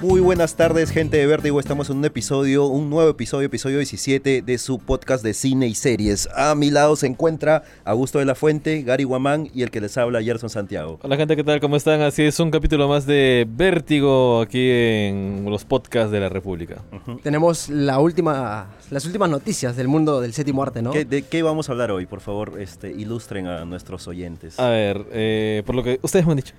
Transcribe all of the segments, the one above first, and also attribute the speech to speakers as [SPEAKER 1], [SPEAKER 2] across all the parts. [SPEAKER 1] Muy buenas tardes, gente de Vértigo. Estamos en un episodio, un nuevo episodio, episodio 17 de su podcast de cine y series. A mi lado se encuentra Augusto de la Fuente, Gary Guamán y el que les habla, Gerson Santiago.
[SPEAKER 2] Hola gente, ¿qué tal? ¿Cómo están? Así es, un capítulo más de Vértigo aquí en los podcasts de la República.
[SPEAKER 3] Tenemos la última, las últimas noticias del mundo del séptimo arte, ¿no?
[SPEAKER 1] ¿Qué- ¿De qué vamos a hablar hoy? Por favor, este, ilustren a nuestros oyentes.
[SPEAKER 2] A ver, eh, por lo que ustedes me han dicho.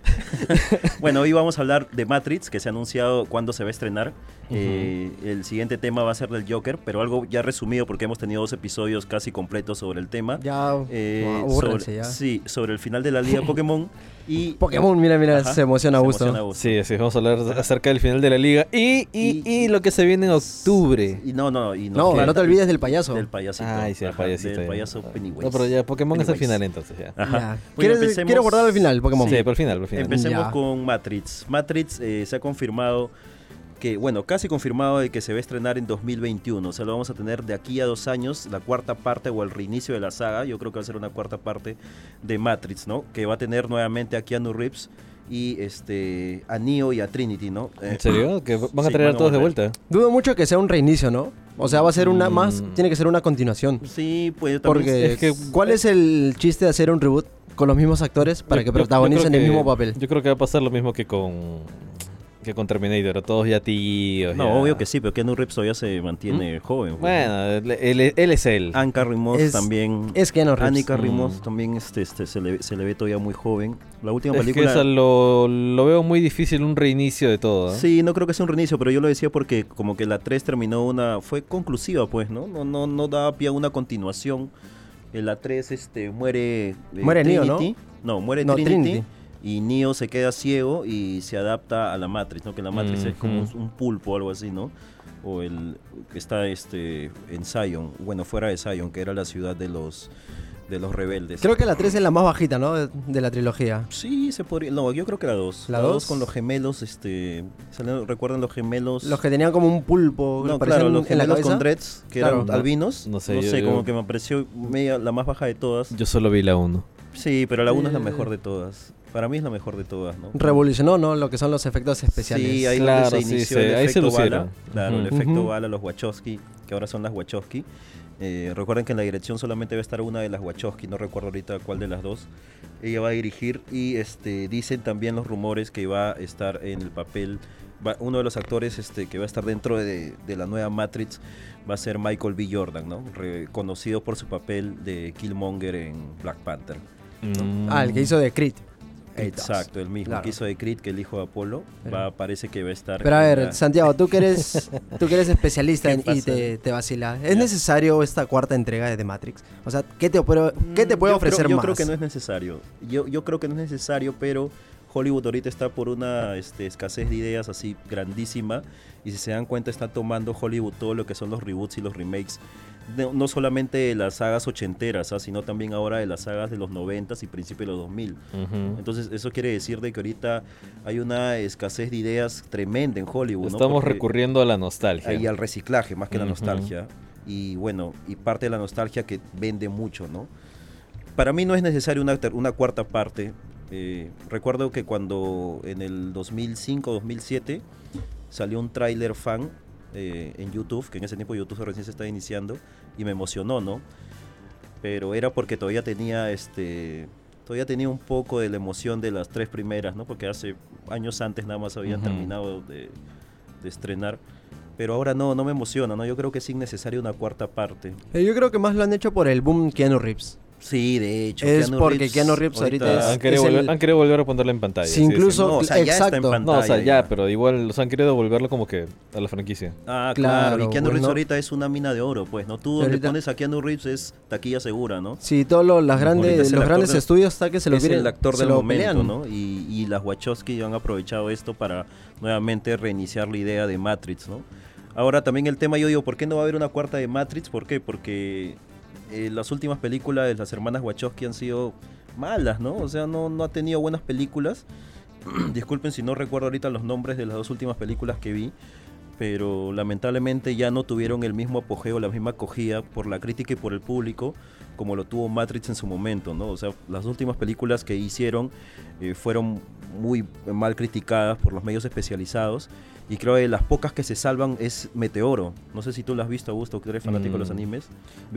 [SPEAKER 1] Bueno, hoy vamos a hablar de Matrix, que se ha anunciado cuándo se va a estrenar. Eh, el siguiente tema va a ser del Joker, pero algo ya resumido porque hemos tenido dos episodios casi completos sobre el tema.
[SPEAKER 3] Ya,
[SPEAKER 1] Eh,
[SPEAKER 3] no, abórrense
[SPEAKER 1] sobre,
[SPEAKER 3] ya.
[SPEAKER 1] Sí, sobre el final de la liga Pokémon y...
[SPEAKER 3] Pokémon, mira, mira,
[SPEAKER 1] Ajá,
[SPEAKER 3] se emociona a gusto.
[SPEAKER 1] emociona Augusto.
[SPEAKER 2] Sí, así es, vamos a hablar acerca del final de la liga y, y, y lo que se viene en octubre.
[SPEAKER 1] Y no, no, y
[SPEAKER 3] No,
[SPEAKER 1] queda-
[SPEAKER 3] no te olvides del payaso.
[SPEAKER 1] Del payasito.
[SPEAKER 2] Ay, sí, el
[SPEAKER 1] Ajá,
[SPEAKER 2] payasito.
[SPEAKER 1] Del
[SPEAKER 2] ya.
[SPEAKER 1] payaso
[SPEAKER 2] Ah.
[SPEAKER 1] Pennywise.
[SPEAKER 2] No, pero ya Pokémon es el
[SPEAKER 1] Pennywise. Ah,
[SPEAKER 2] final entonces ya.
[SPEAKER 1] Ajá.
[SPEAKER 3] Ya.
[SPEAKER 1] Bueno,
[SPEAKER 3] ¿Quieres-
[SPEAKER 1] empecemos-
[SPEAKER 3] Quiero guardar el final, Pokémon.
[SPEAKER 2] Sí, por el final, por el final.
[SPEAKER 1] Empecemos
[SPEAKER 3] Ya.
[SPEAKER 1] con Matrix. Matrix eh, se ha confirmado que, bueno, casi confirmado de que se va a estrenar en 2021. O sea, lo vamos a tener de aquí a dos años, la cuarta parte o el reinicio de la saga. Yo creo que va a ser una cuarta parte de Matrix, ¿no? Que va a tener nuevamente a Keanu Reeves y este, a Neo y a Trinity, ¿no? Eh,
[SPEAKER 2] ¿En serio? ¿Que van a
[SPEAKER 1] sí,
[SPEAKER 2] traer
[SPEAKER 1] van
[SPEAKER 2] a
[SPEAKER 1] a
[SPEAKER 2] todos de
[SPEAKER 1] volver.
[SPEAKER 2] vuelta?
[SPEAKER 3] Dudo mucho que sea un reinicio, ¿no? O sea, va a ser una más,
[SPEAKER 2] Mm.
[SPEAKER 3] tiene que ser una continuación.
[SPEAKER 1] Sí, pues yo también-
[SPEAKER 3] Porque,
[SPEAKER 2] es que-
[SPEAKER 3] ¿cuál es el chiste de hacer un reboot con los mismos actores para
[SPEAKER 2] Yo-
[SPEAKER 3] que
[SPEAKER 2] yo- yo
[SPEAKER 3] protagonicen
[SPEAKER 2] creo
[SPEAKER 3] el
[SPEAKER 2] que-
[SPEAKER 3] mismo papel?
[SPEAKER 2] Yo creo que va a pasar lo mismo que con que con Terminator, a todos ya tíos.
[SPEAKER 1] No,
[SPEAKER 2] ya.
[SPEAKER 1] obvio que sí, pero Keanu Reeves todavía se mantiene joven. pues.
[SPEAKER 2] Bueno, él, él- él es él.
[SPEAKER 1] Anne Carrie Moss
[SPEAKER 3] ¿Mm? Es-
[SPEAKER 1] también.
[SPEAKER 3] es Keanu Reeves.
[SPEAKER 1] Annie Carrie
[SPEAKER 2] Mm.
[SPEAKER 1] Moss Ah, también este, este, se, le, se le ve todavía muy joven. La última
[SPEAKER 2] Es que
[SPEAKER 1] película.
[SPEAKER 2] esa lo, lo veo muy difícil un reinicio de todo. ¿eh?
[SPEAKER 1] Sí, no creo que sea un reinicio, pero yo lo decía porque como que la 3 terminó una... Fue conclusiva, pues, ¿no? No, no, no daba pie a una continuación. En la 3 este, muere... eh,
[SPEAKER 3] Muere Neo, ¿no?
[SPEAKER 1] Trinity. No, muere
[SPEAKER 3] No,
[SPEAKER 1] Trinity,
[SPEAKER 3] Trinity.
[SPEAKER 1] Y Neo se queda ciego y se adapta a la Matrix, ¿no? Que la Matrix
[SPEAKER 2] Mm,
[SPEAKER 1] es como
[SPEAKER 2] Ujú.
[SPEAKER 1] un pulpo o algo así, ¿no? O el que está este, en Zion, bueno, fuera de Zion, que era la ciudad de los, de los rebeldes.
[SPEAKER 3] Creo que la 3 es la más bajita, ¿no? De, de la trilogía.
[SPEAKER 1] Sí, se podría. No, yo creo que la 2.
[SPEAKER 3] ¿La dos?
[SPEAKER 1] con los gemelos, este. ¿salen- ¿Recuerdan los gemelos?
[SPEAKER 3] Los que tenían como un pulpo que
[SPEAKER 1] No,
[SPEAKER 3] parecían
[SPEAKER 1] claro, los
[SPEAKER 3] en la
[SPEAKER 1] gemelos
[SPEAKER 3] cabeza.
[SPEAKER 1] con dreads, que
[SPEAKER 3] Claro.
[SPEAKER 1] eran
[SPEAKER 3] No,
[SPEAKER 1] albinos.
[SPEAKER 2] no
[SPEAKER 1] No
[SPEAKER 2] sé,
[SPEAKER 1] sé,
[SPEAKER 2] yo- yo-
[SPEAKER 1] como que me pareció media, la más baja de todas.
[SPEAKER 2] Yo solo vi la 1.
[SPEAKER 1] Sí, pero la 1
[SPEAKER 3] Eh.
[SPEAKER 1] es la mejor de todas. Para mí es la mejor de todas, ¿no?
[SPEAKER 3] Revolucionó, ¿no? Lo que son los efectos especiales.
[SPEAKER 1] Sí, ahí
[SPEAKER 2] Claro,
[SPEAKER 1] donde
[SPEAKER 2] sí,
[SPEAKER 1] se inició
[SPEAKER 2] sí,
[SPEAKER 1] el
[SPEAKER 2] ahí se
[SPEAKER 1] efecto
[SPEAKER 2] lucieron.
[SPEAKER 1] bala. Claro, el
[SPEAKER 2] Ujú.
[SPEAKER 1] efecto
[SPEAKER 3] Ujú.
[SPEAKER 1] bala, los Wachowski, que ahora son las Wachowski. Eh, recuerden que en la dirección solamente va a estar una de las Wachowski, no recuerdo ahorita cuál de las dos. Ella va a dirigir y este, dicen también los rumores que va a estar en el papel. va- uno de los actores este, que va a estar dentro de, de la nueva Matrix va a ser Michael B. Jordan, ¿no? Reconocido por su papel de Killmonger en Black Panther.
[SPEAKER 2] Mm.
[SPEAKER 3] Ah, el que hizo de Crit.
[SPEAKER 1] Mm. Exacto, el mismo
[SPEAKER 3] Claro.
[SPEAKER 1] que hizo de Creed, que el hijo de Apolo, va, parece que va a estar.
[SPEAKER 3] Pero a
[SPEAKER 1] en
[SPEAKER 3] ver,
[SPEAKER 1] la-
[SPEAKER 3] Santiago, tú que eres, tú que eres especialista
[SPEAKER 1] ¿Qué
[SPEAKER 3] en- y
[SPEAKER 1] pasa?
[SPEAKER 3] te, te vacila. ¿Es necesario esta cuarta entrega de The Matrix? O sea, ¿qué te, puedo- ¿qué te
[SPEAKER 1] Mm,
[SPEAKER 3] puede
[SPEAKER 1] yo
[SPEAKER 3] ofrecer
[SPEAKER 1] creo, yo
[SPEAKER 3] más?
[SPEAKER 1] creo que no es necesario. Yo, yo creo que no es necesario, pero Hollywood ahorita está por una este, escasez de ideas así grandísima. Y si se dan cuenta, está tomando Hollywood todo lo que son los reboots y los remakes. No, no solamente de las sagas ochenteras, ¿ah? sino también ahora de las sagas de los noventas y principios de los 2000.
[SPEAKER 2] Ujú.
[SPEAKER 1] Entonces, eso quiere decir de que ahorita hay una escasez de ideas tremenda en Hollywood. ¿no?
[SPEAKER 2] Estamos
[SPEAKER 1] Porque-
[SPEAKER 2] recurriendo a la nostalgia.
[SPEAKER 1] y al reciclaje más que la
[SPEAKER 2] Ujú.
[SPEAKER 1] nostalgia. Y bueno, y parte de la nostalgia que vende mucho, ¿no? Para mí no es necesario una, ter- una cuarta parte. Eh, recuerdo que cuando en el 2005-2007 salió un tráiler fan eh, en YouTube, que en ese tiempo YouTube recién se estaba iniciando, y me emocionó, ¿no? Pero era porque todavía tenía este... Todavía tenía un poco de la emoción de las tres primeras, ¿no? Porque hace años antes nada más habían
[SPEAKER 2] Ujú.
[SPEAKER 1] terminado de, de estrenar. Pero ahora no, no me emociona, ¿no? Yo creo que es innecesaria una cuarta parte.
[SPEAKER 3] Eh, Yo creo que más lo han hecho por el boom Keanu Reeves.
[SPEAKER 1] Sí, de hecho.
[SPEAKER 3] Es porque Keanu Reeves ahorita
[SPEAKER 2] Ah,
[SPEAKER 3] es-
[SPEAKER 2] han, querido
[SPEAKER 3] es el-
[SPEAKER 2] volver, han querido volver a ponerla en pantalla.
[SPEAKER 3] Si
[SPEAKER 2] sí, sí.
[SPEAKER 3] incluso-
[SPEAKER 1] No, o sea, ya está en
[SPEAKER 3] Exacto.
[SPEAKER 2] No, o sea,
[SPEAKER 1] pantalla
[SPEAKER 2] ya, pero igual los han querido volverlo como que a la franquicia.
[SPEAKER 1] Ah, claro.
[SPEAKER 3] Claro,
[SPEAKER 1] y Keanu
[SPEAKER 3] pues,
[SPEAKER 1] Reeves
[SPEAKER 3] no.
[SPEAKER 1] ahorita es una mina de oro, pues, ¿no? Tú donde
[SPEAKER 3] Ahorita-
[SPEAKER 1] pones a Keanu Reeves es taquilla segura, ¿no?
[SPEAKER 3] Sí, todos los,
[SPEAKER 1] Ahorita
[SPEAKER 3] las
[SPEAKER 1] es
[SPEAKER 3] grandes,
[SPEAKER 1] el
[SPEAKER 3] los
[SPEAKER 1] actor
[SPEAKER 3] grandes
[SPEAKER 1] del-
[SPEAKER 3] estudios está que se lo
[SPEAKER 1] es
[SPEAKER 3] quieren-
[SPEAKER 1] el actor
[SPEAKER 3] se
[SPEAKER 1] del
[SPEAKER 3] lo
[SPEAKER 1] momento,
[SPEAKER 3] pelean.
[SPEAKER 1] ¿no? Y, y las Wachowski han aprovechado esto para nuevamente reiniciar la idea de Matrix, ¿no? Ahora también el tema, yo digo, ¿por qué no va a haber una cuarta de Matrix? ¿Por qué? Porque eh, las últimas películas de las hermanas Wachowski han sido malas, ¿no? O sea, no, no ha tenido buenas películas. Disculpen si no recuerdo ahorita los nombres de las dos últimas películas que vi. pero lamentablemente ya no tuvieron el mismo apogeo, la misma acogida por la crítica y por el público como lo tuvo Matrix en su momento, ¿no? O sea, las últimas películas que hicieron eh, fueron muy mal criticadas por los medios especializados y creo que las pocas que se salvan es Meteoro. No sé si tú la has visto, Augusto, que eres fanático de los
[SPEAKER 2] Mm.
[SPEAKER 1] animes.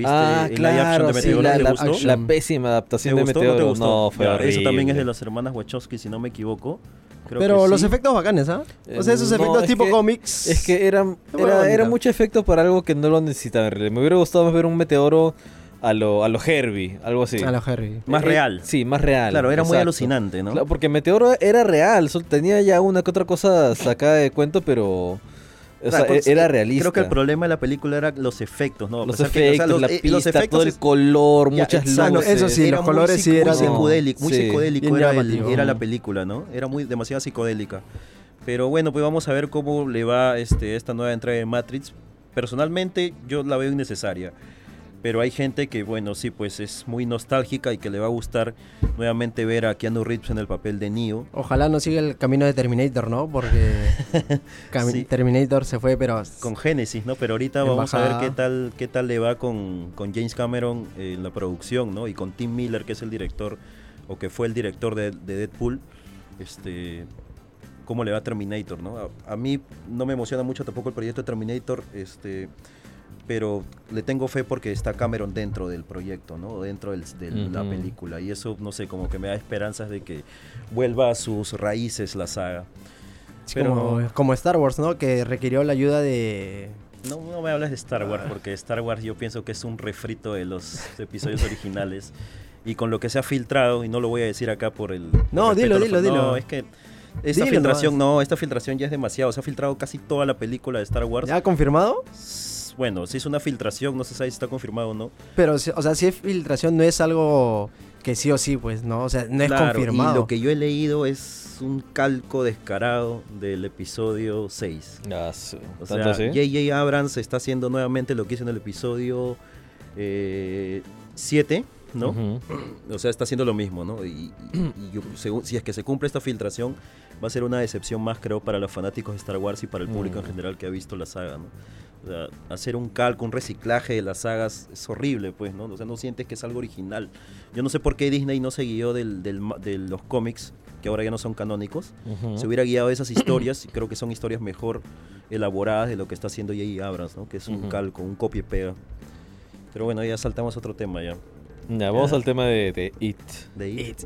[SPEAKER 2] ah,
[SPEAKER 1] el live action
[SPEAKER 2] claro,
[SPEAKER 1] de
[SPEAKER 2] sí,
[SPEAKER 1] Meteoro?
[SPEAKER 2] la,
[SPEAKER 1] ¿Te
[SPEAKER 2] la-
[SPEAKER 1] gustó?
[SPEAKER 2] la pésima
[SPEAKER 1] ¿Te
[SPEAKER 2] adaptación de
[SPEAKER 1] gustó o
[SPEAKER 2] Meteoro.
[SPEAKER 1] no te gustó?
[SPEAKER 2] fue
[SPEAKER 1] Ya, Eso también es de
[SPEAKER 2] horrible.
[SPEAKER 1] las hermanas Wachowski, si no me equivoco. Creo
[SPEAKER 3] Pero
[SPEAKER 1] que
[SPEAKER 3] los
[SPEAKER 1] sí. Eh,
[SPEAKER 3] efectos bacanes, ¿ah? O sea, esos
[SPEAKER 2] Eh, No,
[SPEAKER 3] efectos
[SPEAKER 2] es
[SPEAKER 3] tipo
[SPEAKER 2] que-
[SPEAKER 3] cómics.
[SPEAKER 2] Es que eran- era,
[SPEAKER 3] Una bonita.
[SPEAKER 2] era mucho efecto para algo que no lo necesitaba. en realidad. Me hubiera gustado más ver un meteoro a lo, a lo Herbie, algo así.
[SPEAKER 3] A los Harry.
[SPEAKER 1] Más
[SPEAKER 2] Eh,
[SPEAKER 1] real.
[SPEAKER 2] Sí, más real.
[SPEAKER 1] Claro, era muy
[SPEAKER 2] exacto.
[SPEAKER 1] alucinante, ¿no?
[SPEAKER 2] Claro, porque Meteoro era real, sol- tenía ya una que otra cosa sacada de cuento, pero o sea,
[SPEAKER 1] Claro,
[SPEAKER 2] e-
[SPEAKER 1] pues,
[SPEAKER 2] era
[SPEAKER 1] eh,
[SPEAKER 2] realista.
[SPEAKER 1] Creo que el problema de la película era los efectos, ¿no? A
[SPEAKER 2] los
[SPEAKER 1] pesar que- o
[SPEAKER 2] efectos, e-,
[SPEAKER 1] sea,
[SPEAKER 2] la
[SPEAKER 1] eh,
[SPEAKER 2] pista,
[SPEAKER 1] los efectos
[SPEAKER 2] todo el
[SPEAKER 1] es-
[SPEAKER 2] color,
[SPEAKER 1] Ya,
[SPEAKER 2] muchas
[SPEAKER 1] exacto,
[SPEAKER 2] luces.
[SPEAKER 3] eso sí,
[SPEAKER 1] era
[SPEAKER 3] los
[SPEAKER 1] muy
[SPEAKER 3] colores sí
[SPEAKER 1] psico-
[SPEAKER 3] eran-
[SPEAKER 1] muy psicodélico, muy
[SPEAKER 2] Sí.
[SPEAKER 1] psicodélico
[SPEAKER 3] Bien
[SPEAKER 1] era, el-
[SPEAKER 3] llamativo.
[SPEAKER 1] era la película, ¿no? Era muy demasiado psicodélica. Pero bueno, pues vamos a ver cómo le va este esta nueva entrega de Matrix. Personalmente yo la veo innecesaria, pero hay gente que bueno, sí, pues es muy nostálgica y que le va a gustar nuevamente ver a Keanu Reeves en el papel de Neo.
[SPEAKER 3] Ojalá no siga el camino de Terminator, ¿no? Porque Cami-
[SPEAKER 1] Sí.
[SPEAKER 3] Terminator se fue, pero
[SPEAKER 1] Con Génesis, ¿no? Pero ahorita vamos a
[SPEAKER 3] Embajada.
[SPEAKER 1] ver qué tal, qué tal le va con, con James Cameron en la producción, ¿no? Y con Tim Miller, que es el director, o que fue el director de, de Deadpool, este, cómo le va a Terminator, ¿no? A, a mí no me emociona mucho tampoco el proyecto de Terminator, este, pero le tengo fe porque está Cameron dentro del proyecto, ¿no? Dentro del- de la
[SPEAKER 2] Ujú.
[SPEAKER 1] película. Y eso, no sé, como que me da esperanzas de que vuelva a sus raíces la saga.
[SPEAKER 3] es
[SPEAKER 1] pero-
[SPEAKER 3] como, como Star Wars, ¿no? Que requirió la ayuda de...
[SPEAKER 1] No, no me hablas de Star Wars, porque Star Wars yo pienso que es un refrito de los episodios originales. Y con lo que se ha filtrado, y no lo voy a decir acá por el...
[SPEAKER 3] No,
[SPEAKER 1] respeto
[SPEAKER 3] dilo,
[SPEAKER 1] a los-
[SPEAKER 3] dilo, dilo.
[SPEAKER 1] No, es que esta
[SPEAKER 3] Dilo
[SPEAKER 1] filtración, no, esta filtración ya es demasiado. Se ha filtrado casi toda la película de Star Wars.
[SPEAKER 3] ¿Ya confirmado?
[SPEAKER 1] S- Bueno, se hizo una filtración, no se sabe si está confirmado o no.
[SPEAKER 3] Pero, si- o sea, si es filtración no es algo que sí o sí, pues, ¿no? O sea, no es
[SPEAKER 1] Claro,
[SPEAKER 3] confirmado.
[SPEAKER 1] Y lo que yo he leído es un calco descarado del episodio 6.
[SPEAKER 2] Ah, su-
[SPEAKER 1] O sea,
[SPEAKER 2] tanto así.
[SPEAKER 1] J.J. Abrams está haciendo nuevamente lo que hizo en el episodio 7, ¿no?
[SPEAKER 2] Ujú.
[SPEAKER 1] O sea, está haciendo lo mismo, ¿no? Y, y- y yo, según- si es que se cumple esta filtración, va a ser una decepción más, creo, para los fanáticos de Star Wars y para el público en
[SPEAKER 2] Mm.
[SPEAKER 1] general que ha visto la saga, ¿no? O sea, hacer un calco, un reciclaje de las sagas es horrible, pues, ¿no? O sea, no sientes que es algo original. Yo no sé por qué Disney no se guió del- del ma- de los cómics, que ahora ya no son canónicos,
[SPEAKER 2] Ujú.
[SPEAKER 1] se hubiera guiado esas historias y creo que son historias mejor elaboradas de lo que está haciendo J.J. Abrams, ¿no? Que es un
[SPEAKER 2] Ujú.
[SPEAKER 1] calco, un copia y pega. Pero bueno, ya saltamos a otro tema ya.
[SPEAKER 2] Ya, vamos al tema de, de It.
[SPEAKER 1] De ahí-
[SPEAKER 3] It.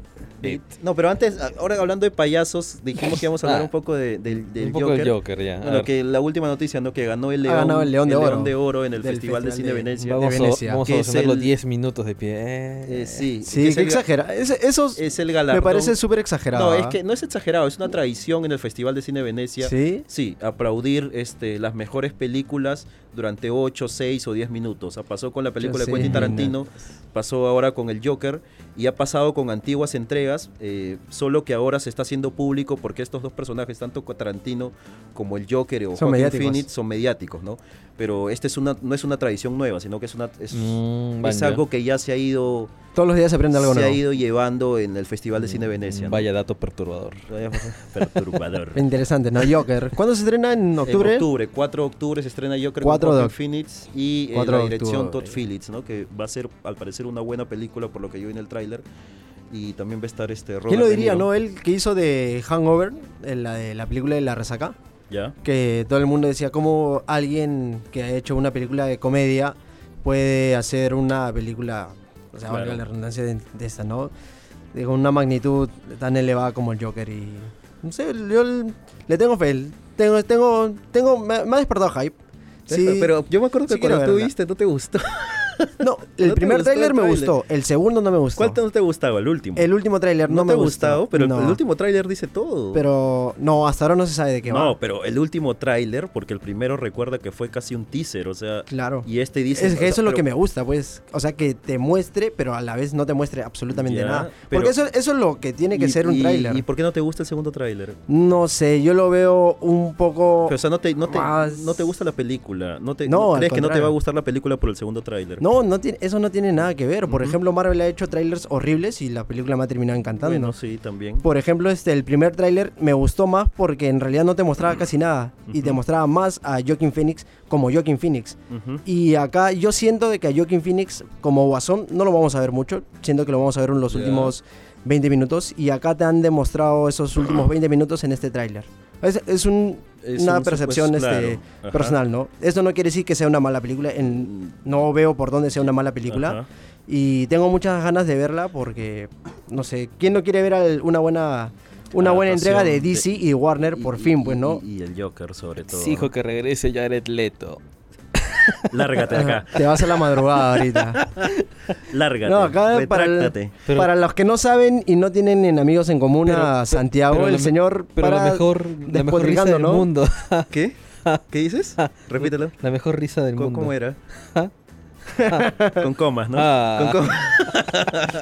[SPEAKER 1] de ahí- No, pero antes, a- ahora hablando de payasos, dijimos que íbamos a hablar
[SPEAKER 2] Ah.
[SPEAKER 1] un poco de- del, del
[SPEAKER 2] Un poco
[SPEAKER 1] Joker.
[SPEAKER 2] del Joker, ya. A
[SPEAKER 1] Bueno,
[SPEAKER 2] ver,
[SPEAKER 1] que la última noticia, ¿no? Que ganó el
[SPEAKER 3] Ha
[SPEAKER 1] León,
[SPEAKER 3] ganado el León de Oro.
[SPEAKER 1] en el
[SPEAKER 3] Del
[SPEAKER 1] Festival, de Cine
[SPEAKER 3] Festival de-
[SPEAKER 1] Venecia.
[SPEAKER 2] vamos a,
[SPEAKER 3] Venecia,
[SPEAKER 2] vamos a
[SPEAKER 1] que es
[SPEAKER 2] emocionar los
[SPEAKER 1] el-
[SPEAKER 2] 10 minutos de pie. Eh,
[SPEAKER 1] Eh, sí, que
[SPEAKER 3] Sí,
[SPEAKER 1] es
[SPEAKER 3] qué
[SPEAKER 1] el ga-
[SPEAKER 3] exagera. Ese- esos
[SPEAKER 1] Es el galardón.
[SPEAKER 3] me parece súper exagerado.
[SPEAKER 1] No, es
[SPEAKER 3] ¿ah?
[SPEAKER 1] que no es exagerado, es una tradición en el Festival de Cine Venecia.
[SPEAKER 3] ¿Sí?
[SPEAKER 1] Sí, aplaudir este, las mejores películas durante 8, 6 o 10 minutos. O sea, pasó con la película de
[SPEAKER 3] sé,
[SPEAKER 1] Quentin Tarantino,
[SPEAKER 3] minutos.
[SPEAKER 1] pasó ahora con el Joker y ha pasado con antiguas entregas, eh, solo que ahora se está haciendo público porque estos dos personajes, tanto co- Tarantino como el Joker o
[SPEAKER 3] Son
[SPEAKER 1] Joaquin
[SPEAKER 3] mediáticos.
[SPEAKER 1] Phoenix, son mediáticos, ¿no? Pero esta es una, no es una tradición nueva, sino que es, una, es,
[SPEAKER 2] Mm,
[SPEAKER 1] es
[SPEAKER 2] vaya.
[SPEAKER 1] algo que ya se ha ido,
[SPEAKER 3] Todos los días se aprende algo
[SPEAKER 1] se ha
[SPEAKER 3] nuevo.
[SPEAKER 1] ido llevando en el Festival de Cine Venecia. ¿no?
[SPEAKER 2] Mm, Vaya dato perturbador.
[SPEAKER 1] Perturbador.
[SPEAKER 3] Interesante, ¿no? Joker. ¿Cuándo se estrena? ¿En octubre?
[SPEAKER 1] En octubre, 4 de octubre se estrena Joker
[SPEAKER 3] 4 de
[SPEAKER 1] con Joaquin
[SPEAKER 3] oc-
[SPEAKER 1] Phoenix y eh,
[SPEAKER 3] 4
[SPEAKER 1] la
[SPEAKER 3] de
[SPEAKER 1] dirección
[SPEAKER 3] octubre.
[SPEAKER 1] Todd Phillips, ¿no? Que va a ser, al parecer, una buena película por lo que yo vi en el tráiler. Y también va a estar este Robert
[SPEAKER 3] ¿Quién lo
[SPEAKER 1] De
[SPEAKER 3] diría,
[SPEAKER 1] Niro.
[SPEAKER 3] no? Él que hizo de Hangover, en la de la película de la resaca,
[SPEAKER 1] Ya.
[SPEAKER 3] que todo el mundo decía cómo alguien que ha hecho una película de comedia puede hacer una película, o sea,
[SPEAKER 1] Claro.
[SPEAKER 3] valga la redundancia de, de esta, ¿no? De una magnitud tan elevada como el Joker y no sé, yo l- le tengo fe, tengo tengo tengo me, me ha despertado hype. Sí,
[SPEAKER 1] yo me acuerdo
[SPEAKER 3] que sí cuando quiero tú verla.
[SPEAKER 1] no te gustó.
[SPEAKER 3] no, el
[SPEAKER 1] ¿no te gustó
[SPEAKER 3] primer
[SPEAKER 1] el
[SPEAKER 3] tráiler me
[SPEAKER 1] tráiler?
[SPEAKER 3] gustó, el segundo no me gustó.
[SPEAKER 1] ¿Cuál te- no te gustaba? El último.
[SPEAKER 3] El último tráiler no,
[SPEAKER 1] no, te ha
[SPEAKER 3] me
[SPEAKER 1] gustado,
[SPEAKER 3] gustó.
[SPEAKER 1] pero el-
[SPEAKER 3] No.
[SPEAKER 1] el último tráiler dice todo.
[SPEAKER 3] Pero no, hasta ahora no se sabe de qué va.
[SPEAKER 1] no, pero el último tráiler, porque el primero recuerda que fue casi un teaser, o sea,
[SPEAKER 3] Claro.
[SPEAKER 1] y este dice...
[SPEAKER 3] Es que eso es lo
[SPEAKER 1] pero-
[SPEAKER 3] que me gusta, pues. O sea, que te muestre, pero a la vez no te muestre absolutamente
[SPEAKER 1] Ya,
[SPEAKER 3] nada.
[SPEAKER 1] pero-
[SPEAKER 3] Porque eso, eso es lo que tiene que
[SPEAKER 1] y-
[SPEAKER 3] ser un
[SPEAKER 1] y-
[SPEAKER 3] tráiler.
[SPEAKER 1] ¿Y por qué no te gusta el segundo tráiler?
[SPEAKER 3] No sé, yo lo veo un poco...
[SPEAKER 1] Pero, o sea, no te, no, te,
[SPEAKER 3] más-
[SPEAKER 1] no te gusta la película. No, te,
[SPEAKER 3] No,
[SPEAKER 1] no
[SPEAKER 3] al
[SPEAKER 1] crees que no te va a
[SPEAKER 3] contrario.
[SPEAKER 1] gustar la película por el segundo tráiler.
[SPEAKER 3] No, no tiene, eso no tiene nada que ver. Por
[SPEAKER 1] Ujú.
[SPEAKER 3] ejemplo, Marvel ha hecho trailers horribles y la película me ha terminado encantando.
[SPEAKER 1] Bueno, sí, también.
[SPEAKER 3] Por ejemplo, este, el primer tráiler me gustó más porque en realidad no te mostraba casi nada y te
[SPEAKER 1] Ujú.
[SPEAKER 3] mostraba más a Joaquin Phoenix como Joaquin Phoenix.
[SPEAKER 1] Ujú.
[SPEAKER 3] Y acá yo siento de que a Joaquin Phoenix como Guasón no lo vamos a ver mucho, siento que lo vamos a ver en los
[SPEAKER 1] Ya.
[SPEAKER 3] últimos 20 minutos y acá te han demostrado esos últimos 20 minutos en este tráiler. Es, es un-
[SPEAKER 1] Es un
[SPEAKER 3] una
[SPEAKER 1] supuesto-
[SPEAKER 3] percepción este,
[SPEAKER 1] claro, ajá.
[SPEAKER 3] personal, ¿no? Esto no quiere decir que sea una mala película, en- no veo por dónde sea una mala película.
[SPEAKER 1] Ajá.
[SPEAKER 3] Y tengo muchas ganas de verla porque, no sé, ¿quién no quiere ver al- una buena una buena
[SPEAKER 1] Adaptación
[SPEAKER 3] entrega de
[SPEAKER 1] de-
[SPEAKER 3] DC y Warner
[SPEAKER 1] Y-
[SPEAKER 3] por
[SPEAKER 1] y-
[SPEAKER 3] fin, pues,
[SPEAKER 1] y-
[SPEAKER 3] no?
[SPEAKER 1] Y, y el Joker, sobre todo.
[SPEAKER 2] Exijo que regrese Jared Leto.
[SPEAKER 1] Lárgate de acá.
[SPEAKER 3] Te vas a la madrugada ahorita.
[SPEAKER 1] Lárgate.
[SPEAKER 3] No, acá para, el-
[SPEAKER 1] retráctate.
[SPEAKER 2] Pero-
[SPEAKER 3] para los que no saben y no tienen en amigos en común
[SPEAKER 2] Pero-
[SPEAKER 3] a
[SPEAKER 2] pero-
[SPEAKER 3] Santiago,
[SPEAKER 2] pero
[SPEAKER 3] el
[SPEAKER 2] la me-
[SPEAKER 3] señor
[SPEAKER 2] Pero la
[SPEAKER 3] para
[SPEAKER 2] mejor, la mejor risa
[SPEAKER 3] despotricando,
[SPEAKER 2] del
[SPEAKER 3] ¿no?
[SPEAKER 2] mundo.
[SPEAKER 1] ¿Qué? ¿Qué dices?
[SPEAKER 3] Ah,
[SPEAKER 1] Repítelo.
[SPEAKER 2] la mejor risa del
[SPEAKER 1] ¿Cómo,
[SPEAKER 2] mundo.
[SPEAKER 1] cómo era? Con comas, ¿no?
[SPEAKER 2] Ah.
[SPEAKER 1] Con comas.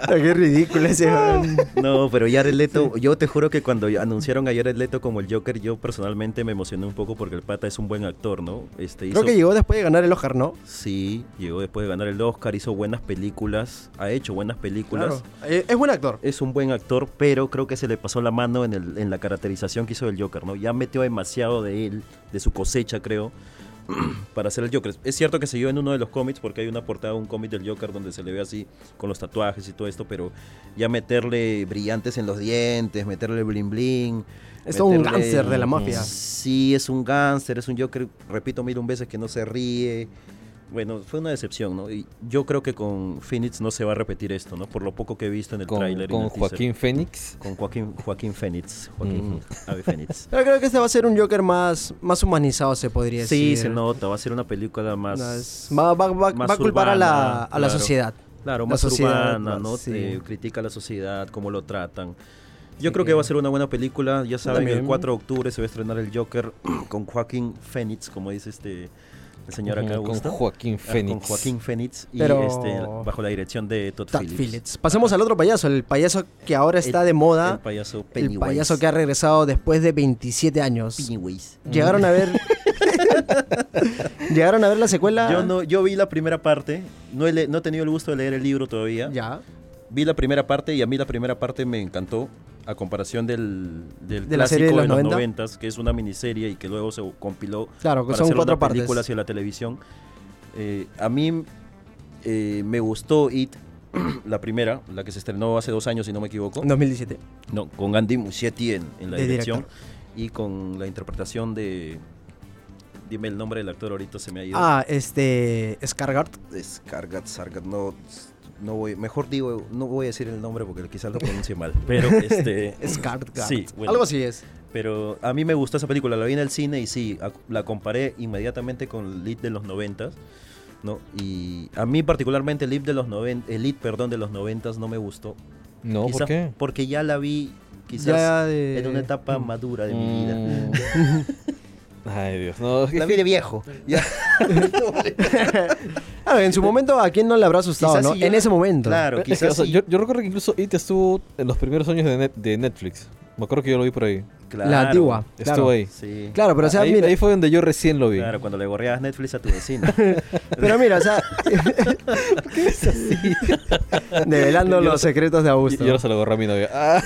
[SPEAKER 3] Qué ridículo ese. man.
[SPEAKER 1] No, pero Jared Leto, yo te juro que cuando anunciaron a Jared Leto como el Joker, yo personalmente me emocioné un poco porque el pata es un buen actor, ¿no? Este,
[SPEAKER 3] Creo
[SPEAKER 1] hizo-
[SPEAKER 3] que llegó después de ganar el Oscar, ¿no?
[SPEAKER 1] Sí, llegó después de ganar el Oscar, hizo buenas películas, ha hecho buenas películas.
[SPEAKER 3] Eh, Es buen actor.
[SPEAKER 1] Es un buen actor, pero creo que se le pasó la mano en, el- en la caracterización que hizo del Joker, ¿no? Ya metió demasiado de él, de su cosecha, creo, para hacer el Joker. Es cierto que se dio en uno de los cómics, porque hay una portada, de un cómic del Joker donde se le ve así con los tatuajes y todo esto, pero ya meterle brillantes en los dientes, meterle bling bling.
[SPEAKER 3] Es todo un
[SPEAKER 1] meterle-
[SPEAKER 3] gánster de la mafia.
[SPEAKER 1] Sí, es un gánster, es un Joker, repito mil un veces, que no se ríe. Bueno, fue una decepción, ¿no? Y yo creo que con Phoenix no se va a repetir esto, ¿no? Por lo poco que he visto en el
[SPEAKER 2] Con,
[SPEAKER 1] tráiler. y en
[SPEAKER 2] con
[SPEAKER 1] el teaser.
[SPEAKER 2] Joaquín Fénix.
[SPEAKER 1] Con Joaquín, Joaquín Phoenix. Joaquín Ave Phoenix.
[SPEAKER 3] Pero creo que este va a ser un Joker más, más humanizado, se podría
[SPEAKER 1] Sí,
[SPEAKER 3] decir.
[SPEAKER 1] se nota, va a ser una película más...
[SPEAKER 3] Más- Va, va- va-
[SPEAKER 1] más
[SPEAKER 3] va a culpar a
[SPEAKER 1] urbana,
[SPEAKER 3] la, a la
[SPEAKER 1] claro.
[SPEAKER 3] sociedad.
[SPEAKER 1] Claro,
[SPEAKER 3] La
[SPEAKER 1] más
[SPEAKER 3] sociedad,
[SPEAKER 1] urbana,
[SPEAKER 3] más-
[SPEAKER 1] ¿no?
[SPEAKER 3] sí.
[SPEAKER 1] Eh, critica a la sociedad, cómo lo tratan. Yo
[SPEAKER 3] Sí.
[SPEAKER 1] creo que va a ser una buena película. Ya saben,
[SPEAKER 3] También.
[SPEAKER 1] el 4 de octubre se va a estrenar el Joker con Joaquín Phoenix, como dice este el señor acá,
[SPEAKER 2] Con
[SPEAKER 1] Augusto.
[SPEAKER 2] Joaquín
[SPEAKER 1] Ah,
[SPEAKER 2] Fénix.
[SPEAKER 1] Con Joaquín Phoenix y
[SPEAKER 3] Pero-
[SPEAKER 1] este, bajo la dirección de Todd,
[SPEAKER 3] Tad
[SPEAKER 1] Phillips.
[SPEAKER 3] Phillips. Pasemos al otro payaso, el payaso que ahora está de moda.
[SPEAKER 1] El payaso
[SPEAKER 3] El,
[SPEAKER 1] Pennywise.
[SPEAKER 3] payaso que ha regresado después de 27 años.
[SPEAKER 1] Pennywise.
[SPEAKER 3] Llegaron a ver. Llegaron a ver la secuela.
[SPEAKER 1] Yo, no, yo vi la primera parte, no he, le- no he tenido el gusto de leer el libro todavía.
[SPEAKER 3] Ya.
[SPEAKER 1] Vi la primera parte y a mí la primera parte me encantó, a comparación del, del
[SPEAKER 3] De la
[SPEAKER 1] clásico
[SPEAKER 3] serie de los
[SPEAKER 1] de los
[SPEAKER 3] 90.
[SPEAKER 1] noventas, que es una miniserie y que luego se compiló
[SPEAKER 3] Claro, que
[SPEAKER 1] para
[SPEAKER 3] son
[SPEAKER 1] hacer
[SPEAKER 3] cuatro
[SPEAKER 1] una
[SPEAKER 3] partes.
[SPEAKER 1] película hacia la televisión. Eh, a mí eh, me gustó It, la primera, la que se estrenó hace dos años, si no me equivoco.
[SPEAKER 3] 2017.
[SPEAKER 1] No, con Andy Muschietti en, en la
[SPEAKER 3] De
[SPEAKER 1] dirección y con la interpretación de... Dime el nombre del actor, ahorita se me ha ido.
[SPEAKER 3] Ah, este. Scargard.
[SPEAKER 1] Descargat, Sargat, no, no voy, mejor digo, no voy a decir el nombre porque quizás lo pronuncie mal, pero este,
[SPEAKER 3] Scargard.
[SPEAKER 1] Sí, bueno.
[SPEAKER 3] Algo así es.
[SPEAKER 1] pero a mí me gustó esa película, la vi en el cine y sí, a- la comparé inmediatamente con Lead de los noventas, ¿no? Y a mí particularmente Lead de los noven, el Lead, perdón, de los noventas no me gustó.
[SPEAKER 2] No,
[SPEAKER 1] Quizás
[SPEAKER 2] ¿por qué?
[SPEAKER 1] Porque ya la vi quizás
[SPEAKER 3] Ya de-
[SPEAKER 1] en una etapa madura de mi vida.
[SPEAKER 2] Mm. Ay, Dios. No,
[SPEAKER 1] La vi de viejo. ya.
[SPEAKER 3] Ah, en su momento, ¿a quién no le habrá asustado,
[SPEAKER 1] Quizás
[SPEAKER 3] no?
[SPEAKER 1] si yo
[SPEAKER 3] en
[SPEAKER 1] la-
[SPEAKER 3] ese momento.
[SPEAKER 1] Claro,
[SPEAKER 2] Es que,
[SPEAKER 1] quizás
[SPEAKER 2] o sea,
[SPEAKER 1] sí.
[SPEAKER 2] yo, yo recuerdo que incluso IT estuvo en los primeros años de, net- de Netflix. Me acuerdo que yo lo vi por ahí.
[SPEAKER 1] Claro,
[SPEAKER 3] La antigua.
[SPEAKER 2] Estuvo
[SPEAKER 3] Claro.
[SPEAKER 2] ahí.
[SPEAKER 1] Sí.
[SPEAKER 3] Claro, pero o sea,
[SPEAKER 2] ahí,
[SPEAKER 3] mira.
[SPEAKER 2] ahí fue donde yo recién lo vi.
[SPEAKER 1] Claro, cuando le gorreabas Netflix a tu vecino.
[SPEAKER 3] Pero mira, o sea. Develando los secretos de
[SPEAKER 2] Y,
[SPEAKER 3] Augusto.
[SPEAKER 2] y ahora se lo agarró a mi novia. Ah.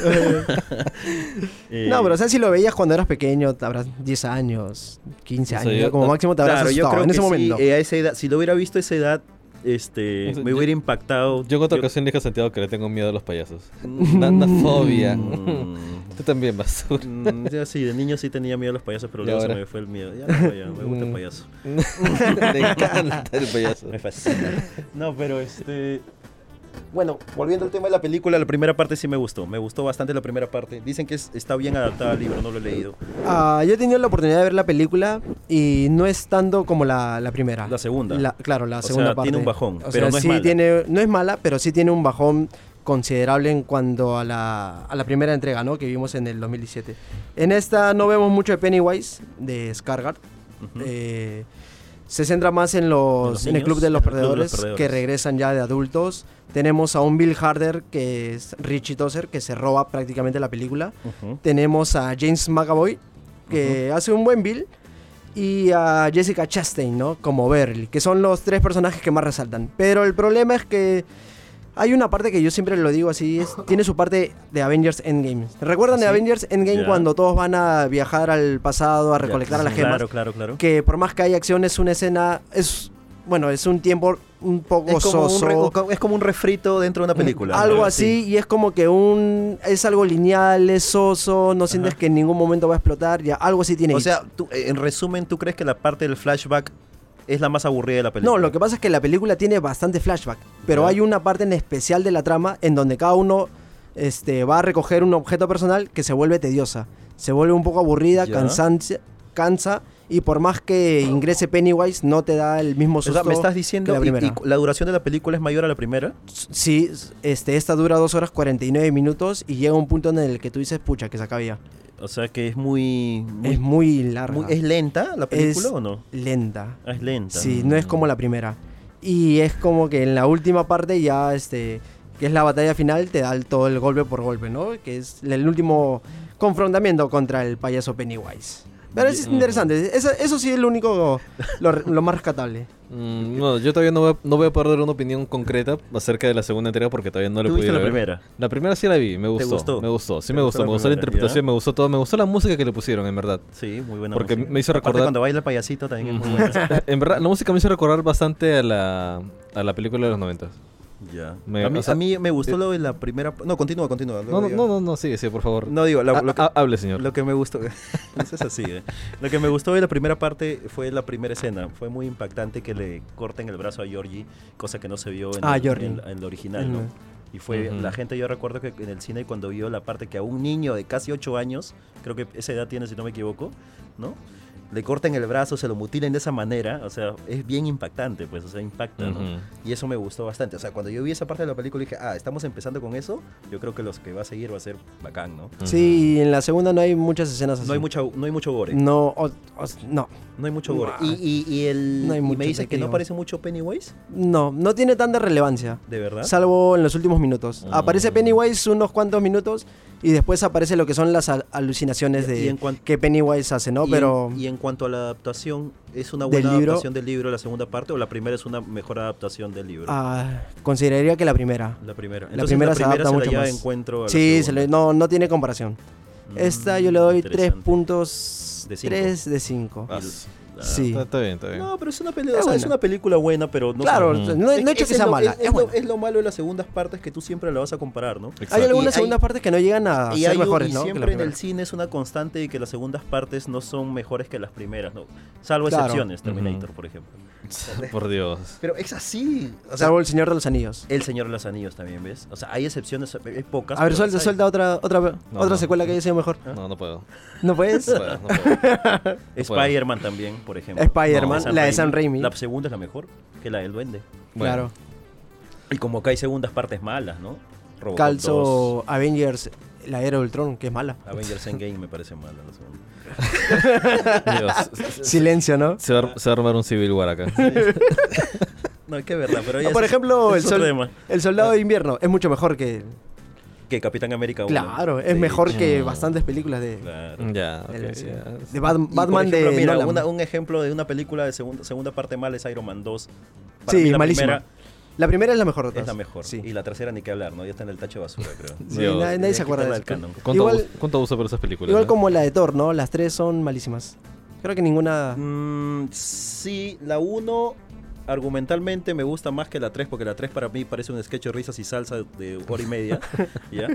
[SPEAKER 1] Eh,
[SPEAKER 3] No, pero o sea, si lo veías cuando eras pequeño, te habrás 10 años, 15
[SPEAKER 2] O sea,
[SPEAKER 3] años,
[SPEAKER 2] yo-
[SPEAKER 3] como máximo te habrás
[SPEAKER 1] Claro, yo
[SPEAKER 3] asustado
[SPEAKER 1] creo
[SPEAKER 3] en
[SPEAKER 1] que
[SPEAKER 3] ese
[SPEAKER 1] sí,
[SPEAKER 3] momento.
[SPEAKER 1] eh, a esa edad, si lo hubiera visto a esa edad, este,
[SPEAKER 2] O sea,
[SPEAKER 1] me
[SPEAKER 2] yo-
[SPEAKER 1] hubiera impactado.
[SPEAKER 2] Yo en otra ocasión le dije a Santiago que le tengo miedo a los payasos. Una, una fobia. Tú también, basura.
[SPEAKER 1] Mm, yo sí, de niño sí tenía miedo a los payasos, pero
[SPEAKER 2] ¿Y
[SPEAKER 1] luego se
[SPEAKER 2] ahora?
[SPEAKER 1] me fue el miedo. Ya, no, ya, me gusta el
[SPEAKER 2] Mm.
[SPEAKER 1] payaso.
[SPEAKER 2] Me encanta el payaso.
[SPEAKER 1] Me fascina. No, pero este. Bueno, volviendo al tema de la película, la primera parte sí me gustó. Me gustó bastante la primera parte. Dicen que es- está bien adaptada al libro, no lo he leído.
[SPEAKER 3] Ah, yo he tenido la oportunidad de ver la película y no es tanto como la, la primera.
[SPEAKER 1] La segunda.
[SPEAKER 3] La- claro, la
[SPEAKER 1] O sea,
[SPEAKER 3] segunda parte.
[SPEAKER 1] tiene un bajón,
[SPEAKER 3] O
[SPEAKER 1] pero
[SPEAKER 3] sea,
[SPEAKER 1] no es
[SPEAKER 3] sí
[SPEAKER 1] mala.
[SPEAKER 3] tiene- no es mala, pero sí tiene un bajón considerable en cuanto a la, a la primera entrega, ¿no? Que vimos en el 2017. En esta no vemos mucho de Pennywise, de Scargard.
[SPEAKER 1] Ujú.
[SPEAKER 3] Eh, se centra más en los,
[SPEAKER 1] En los
[SPEAKER 3] en el
[SPEAKER 1] niños,
[SPEAKER 3] club de los
[SPEAKER 1] en el club de los
[SPEAKER 3] perdedores que
[SPEAKER 1] perdedores.
[SPEAKER 3] regresan ya de adultos. Tenemos a un Bill Harder que es Richie Tozer que se roba prácticamente la película.
[SPEAKER 1] Ujú.
[SPEAKER 3] Tenemos a James McAvoy que hace un buen Bill y a Jessica Chastain, ¿no? Como Beryl, que son los tres personajes que más resaltan. Pero el problema es que hay una parte que yo siempre lo digo así, es, tiene su parte de Avengers Endgame. ¿Recuerdan de
[SPEAKER 1] ¿Ah, Sí.
[SPEAKER 3] Avengers Endgame
[SPEAKER 1] Ya.
[SPEAKER 3] cuando todos van a viajar al pasado a
[SPEAKER 1] Ya,
[SPEAKER 3] recolectar a las gemas?
[SPEAKER 1] Claro, claro, claro.
[SPEAKER 3] Que por más que haya acción es una escena, es bueno, es un tiempo un poco
[SPEAKER 1] Es como, un
[SPEAKER 3] soso.
[SPEAKER 1] re- es como un refrito dentro de una película.
[SPEAKER 3] Algo
[SPEAKER 1] ¿no?
[SPEAKER 3] así, y es como que un. Es algo lineal, es soso, no sientes que en ningún momento va a explotar, ya, algo así tiene.
[SPEAKER 1] O
[SPEAKER 3] It.
[SPEAKER 1] sea, tú, eh, en resumen, ¿tú crees que la parte del flashback es la más aburrida de la película?
[SPEAKER 3] no, lo que pasa es que la película tiene bastante flashback, pero
[SPEAKER 1] Ya.
[SPEAKER 3] hay una parte en especial de la trama en donde cada uno este, va a recoger un objeto personal que se vuelve tediosa, se vuelve un poco aburrida,
[SPEAKER 1] Ya.
[SPEAKER 3] cansancia, cansa, y por más que ingrese Pennywise, no te da el mismo
[SPEAKER 1] O
[SPEAKER 3] susto.
[SPEAKER 1] sea, me estás
[SPEAKER 3] que
[SPEAKER 1] diciendo
[SPEAKER 3] la
[SPEAKER 1] y-
[SPEAKER 3] primera.
[SPEAKER 1] y cu- la duración de la película es mayor a la primera.
[SPEAKER 3] Sí, este, esta dura 2 horas 49 minutos y llega un punto en el que tú dices, pucha, que se acaba ya.
[SPEAKER 1] O sea, que es muy. muy-
[SPEAKER 3] es muy larga.
[SPEAKER 1] muy- ¿Es lenta la película o no?
[SPEAKER 3] lenta.
[SPEAKER 1] Ah, Es lenta.
[SPEAKER 3] Sí, no es como la primera. Y es como que en la última parte ya, este, que es la batalla final, te da el- todo el golpe por golpe, ¿no? Que es el último confrontamiento contra el payaso Pennywise. Pero es
[SPEAKER 2] Mm.
[SPEAKER 3] interesante, eso, eso sí es lo único, lo, lo más rescatable.
[SPEAKER 2] Mm, no, yo todavía no voy, a, no voy a poder dar una opinión concreta acerca de la segunda entrega porque todavía no la
[SPEAKER 1] ¿Tú
[SPEAKER 2] he
[SPEAKER 1] viste
[SPEAKER 2] podido
[SPEAKER 1] la
[SPEAKER 2] ver.
[SPEAKER 1] primera?
[SPEAKER 2] La primera sí la vi, me gustó.
[SPEAKER 1] gustó?
[SPEAKER 2] Me gustó, sí
[SPEAKER 1] ¿Te
[SPEAKER 2] me
[SPEAKER 1] gustó
[SPEAKER 2] gustó,
[SPEAKER 1] la
[SPEAKER 2] me gustó la
[SPEAKER 1] primera,
[SPEAKER 2] interpretación,
[SPEAKER 1] ya?
[SPEAKER 2] me gustó todo, me gustó la música que le pusieron, en verdad.
[SPEAKER 1] Sí, muy buena.
[SPEAKER 2] Porque
[SPEAKER 1] música.
[SPEAKER 2] me hizo
[SPEAKER 1] Aparte,
[SPEAKER 2] recordar-
[SPEAKER 1] cuando baila el payasito también es muy
[SPEAKER 2] Ujú.
[SPEAKER 1] buena.
[SPEAKER 2] en verdad, la música me hizo recordar bastante a la, a la película de los noventas.
[SPEAKER 1] Ya.
[SPEAKER 2] Me-
[SPEAKER 1] a, mí,
[SPEAKER 2] o sea,
[SPEAKER 1] a mí me gustó lo de la primera. No, continúa, continúa.
[SPEAKER 2] No,
[SPEAKER 1] luego
[SPEAKER 2] no,
[SPEAKER 1] yo-
[SPEAKER 2] no, no, no, sigue, sigue, por favor.
[SPEAKER 1] No, digo, la-
[SPEAKER 3] Ah,
[SPEAKER 2] Ha-
[SPEAKER 1] lo que-
[SPEAKER 2] ha- hable, señor.
[SPEAKER 1] Lo que me gustó, entonces así, ¿eh? lo que me gustó de la primera parte fue la primera escena. Fue muy impactante que le corten el brazo a Georgie, cosa que no se vio en,
[SPEAKER 3] Ah,
[SPEAKER 1] el,
[SPEAKER 3] Georgie.
[SPEAKER 1] en- en el original, ¿no?
[SPEAKER 3] Ujú.
[SPEAKER 1] Y fue
[SPEAKER 2] Ujú.
[SPEAKER 1] la gente, yo recuerdo que en el cine cuando vio la parte que a un niño de casi 8 años, creo que esa edad tiene si no me equivoco, ¿no? Le corten el brazo, se lo mutilen de esa manera, o sea, es bien impactante, pues, o sea, impacta, ¿no?
[SPEAKER 2] Ujú.
[SPEAKER 1] Y eso me gustó bastante. O sea, cuando yo vi esa parte de la película dije, ah, estamos empezando con eso, yo creo que los que va a seguir va a ser bacán, ¿no?
[SPEAKER 3] Sí, y en la segunda no hay muchas escenas así.
[SPEAKER 1] No hay, mucha, no hay mucho gore.
[SPEAKER 3] No, o- o- no,
[SPEAKER 1] No hay mucho gore.
[SPEAKER 3] Nah.
[SPEAKER 1] Y, y- y el,
[SPEAKER 3] No hay
[SPEAKER 1] y
[SPEAKER 3] mucho,
[SPEAKER 1] me dices
[SPEAKER 3] te
[SPEAKER 1] que no
[SPEAKER 3] digo.
[SPEAKER 1] aparece mucho Pennywise,
[SPEAKER 3] no, no tiene tanta relevancia.
[SPEAKER 1] de verdad. Ah.
[SPEAKER 3] Salvo en los últimos minutos.
[SPEAKER 2] Mm.
[SPEAKER 3] Aparece Pennywise unos cuantos minutos y después aparece lo que son las al- alucinaciones
[SPEAKER 1] Y-
[SPEAKER 3] de
[SPEAKER 1] y en cuan-
[SPEAKER 3] que Pennywise hace, ¿no?
[SPEAKER 1] Y en-
[SPEAKER 3] Pero
[SPEAKER 1] y en cuanto a la adaptación, ¿es una
[SPEAKER 3] ¿Del
[SPEAKER 1] buena
[SPEAKER 3] libro?
[SPEAKER 1] adaptación del libro la segunda parte o la primera es una mejor adaptación del libro?
[SPEAKER 3] ah, consideraría que la primera.
[SPEAKER 1] La primera.
[SPEAKER 3] La
[SPEAKER 1] Entonces,
[SPEAKER 3] primera se adapta
[SPEAKER 1] la
[SPEAKER 3] mucho
[SPEAKER 1] lleva de
[SPEAKER 3] más.
[SPEAKER 1] encuentro a la
[SPEAKER 3] Sí, se
[SPEAKER 1] segunda.
[SPEAKER 3] le- no, no tiene comparación. Esta yo le doy
[SPEAKER 1] Mm, interesante.
[SPEAKER 3] 3 puntos
[SPEAKER 1] De cinco.
[SPEAKER 3] 3 de 5.
[SPEAKER 2] Ah,
[SPEAKER 1] Ah.
[SPEAKER 3] sí.
[SPEAKER 2] Está, está bien, está bien.
[SPEAKER 1] No, pero es una, peli-
[SPEAKER 3] Es
[SPEAKER 1] o sea, es
[SPEAKER 3] buena.
[SPEAKER 1] una película buena, pero no
[SPEAKER 3] claro,
[SPEAKER 2] Ujú.
[SPEAKER 3] no, no he dicho que sea
[SPEAKER 1] lo,
[SPEAKER 3] mala.
[SPEAKER 1] Es,
[SPEAKER 3] es
[SPEAKER 1] es lo,
[SPEAKER 3] buena.
[SPEAKER 1] es lo malo de las segundas partes que tú siempre la vas a comparar, ¿no?
[SPEAKER 3] hay
[SPEAKER 2] Exacto.
[SPEAKER 3] algunas
[SPEAKER 1] y hay-
[SPEAKER 3] segundas partes que no llegan a
[SPEAKER 1] Y,
[SPEAKER 3] ser
[SPEAKER 1] hay un-
[SPEAKER 3] Ah, mejores,
[SPEAKER 1] y
[SPEAKER 3] ¿no? que la
[SPEAKER 1] siempre en
[SPEAKER 3] primera.
[SPEAKER 1] el cine es una constante de que las segundas partes no son mejores que las primeras, ¿no? Salvo
[SPEAKER 3] Claro.
[SPEAKER 1] excepciones, Terminator, por ejemplo.
[SPEAKER 2] Por Dios.
[SPEAKER 1] Pero es así. O sea,
[SPEAKER 3] Salvo el Señor de los Anillos.
[SPEAKER 1] el Señor de los Anillos también, ¿ves? O sea, hay excepciones, hay pocas.
[SPEAKER 3] A ver,
[SPEAKER 1] pero
[SPEAKER 3] suelta,
[SPEAKER 1] las hay.
[SPEAKER 3] suelta otra, otra,
[SPEAKER 2] No,
[SPEAKER 3] otra
[SPEAKER 2] no.
[SPEAKER 3] secuela que haya sido mejor.
[SPEAKER 2] No, no puedo.
[SPEAKER 3] ¿No puedes?
[SPEAKER 2] No puedo, no puedo.
[SPEAKER 1] Spider-Man también, por ejemplo.
[SPEAKER 3] Spider-Man,
[SPEAKER 1] Sam
[SPEAKER 3] la de Sam Raimi.
[SPEAKER 1] La segunda es la mejor, que la del Duende.
[SPEAKER 2] Bueno.
[SPEAKER 3] Claro.
[SPEAKER 1] Y como que hay segundas partes malas, ¿no? Robocop
[SPEAKER 3] Calzo Avengers, la era de Ultron, que es mala.
[SPEAKER 1] 2, Avengers Endgame me parece mala la segunda.
[SPEAKER 2] Dios, se-
[SPEAKER 3] Silencio, ¿no?
[SPEAKER 2] se, va, a- se va a armar un civil war acá.
[SPEAKER 1] No, es que es verdad, pero
[SPEAKER 3] Ah,
[SPEAKER 1] ya
[SPEAKER 3] Por
[SPEAKER 1] es-
[SPEAKER 3] ejemplo, el,
[SPEAKER 1] es otro
[SPEAKER 3] sol-
[SPEAKER 1] tema. Ah.
[SPEAKER 3] el soldado de invierno es mucho mejor que.
[SPEAKER 1] Que Capitán América uno.
[SPEAKER 3] Claro, es
[SPEAKER 1] Sí,
[SPEAKER 3] mejor que
[SPEAKER 2] Mm.
[SPEAKER 3] bastantes películas de,
[SPEAKER 1] Claro.
[SPEAKER 2] ya, ok,
[SPEAKER 3] de la-
[SPEAKER 2] ya.
[SPEAKER 3] de Bat-
[SPEAKER 1] Y, por
[SPEAKER 3] Batman
[SPEAKER 1] ejemplo,
[SPEAKER 3] de
[SPEAKER 1] mira,
[SPEAKER 3] Nolan.
[SPEAKER 1] una- un ejemplo de una película de segunda, segunda parte mala es Iron Man 2.
[SPEAKER 3] Sí,
[SPEAKER 1] la
[SPEAKER 3] malísima.
[SPEAKER 1] primera
[SPEAKER 3] La primera es la mejor de todas.
[SPEAKER 1] Es la mejor.
[SPEAKER 3] Sí.
[SPEAKER 1] Y la tercera ni que hablar, ¿no? Ya está en el tacho de basura, creo.
[SPEAKER 3] Sí,
[SPEAKER 2] Dios.
[SPEAKER 3] nadie, nadie se acuerda de
[SPEAKER 1] Quitarla del
[SPEAKER 3] eso.
[SPEAKER 1] canon.
[SPEAKER 2] ¿Cuánto,
[SPEAKER 3] Igual-
[SPEAKER 2] abuso, cuánto abuso por esas películas?
[SPEAKER 3] Igual
[SPEAKER 2] eh?
[SPEAKER 3] como la de Thor, ¿no? Las tres son malísimas. Creo que ninguna.
[SPEAKER 1] Mm, sí, la 1 argumentalmente me gusta más que la 3 porque la 3 para mí parece un sketch de risas y salsa de hora y media, ¿ya?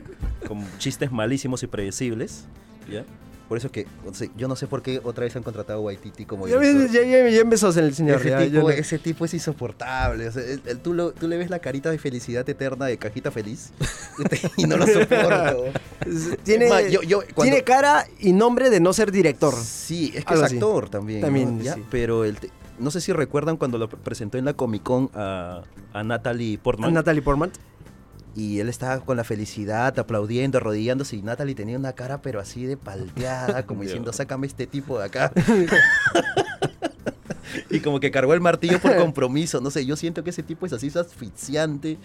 [SPEAKER 1] Con chistes malísimos y predecibles, ¿ya? Por eso es que o sea, yo no sé por qué otra vez han contratado a Waititi como
[SPEAKER 3] Ya,
[SPEAKER 1] director.
[SPEAKER 3] ya- ya- ya empezó el señor.
[SPEAKER 1] Ese,
[SPEAKER 3] ya- ya
[SPEAKER 1] tipo,
[SPEAKER 3] no-
[SPEAKER 1] ese tipo es insoportable. o sea, el- el- tú, lo- tú le ves la carita de felicidad eterna de cajita feliz y, te- y no lo soporto.
[SPEAKER 3] es- tiene,
[SPEAKER 1] Es más, yo- yo cuando-
[SPEAKER 3] tiene cara y nombre de no ser director.
[SPEAKER 1] Sí, es que
[SPEAKER 3] Algo
[SPEAKER 1] es
[SPEAKER 3] así.
[SPEAKER 1] actor también. ¿no?
[SPEAKER 3] También,
[SPEAKER 1] Ya,
[SPEAKER 3] sí.
[SPEAKER 1] Pero el te- no sé si recuerdan cuando lo pre- presentó en la Comic Con a, a Natalie Portman.
[SPEAKER 3] Natalie Portman.
[SPEAKER 1] y él estaba con la felicidad, aplaudiendo, arrodillándose. Y Natalie tenía una cara, pero así de palteada, como diciendo: Sácame este tipo de acá. y como que cargó el martillo por compromiso. No sé, yo siento que ese tipo es así es asfixiante.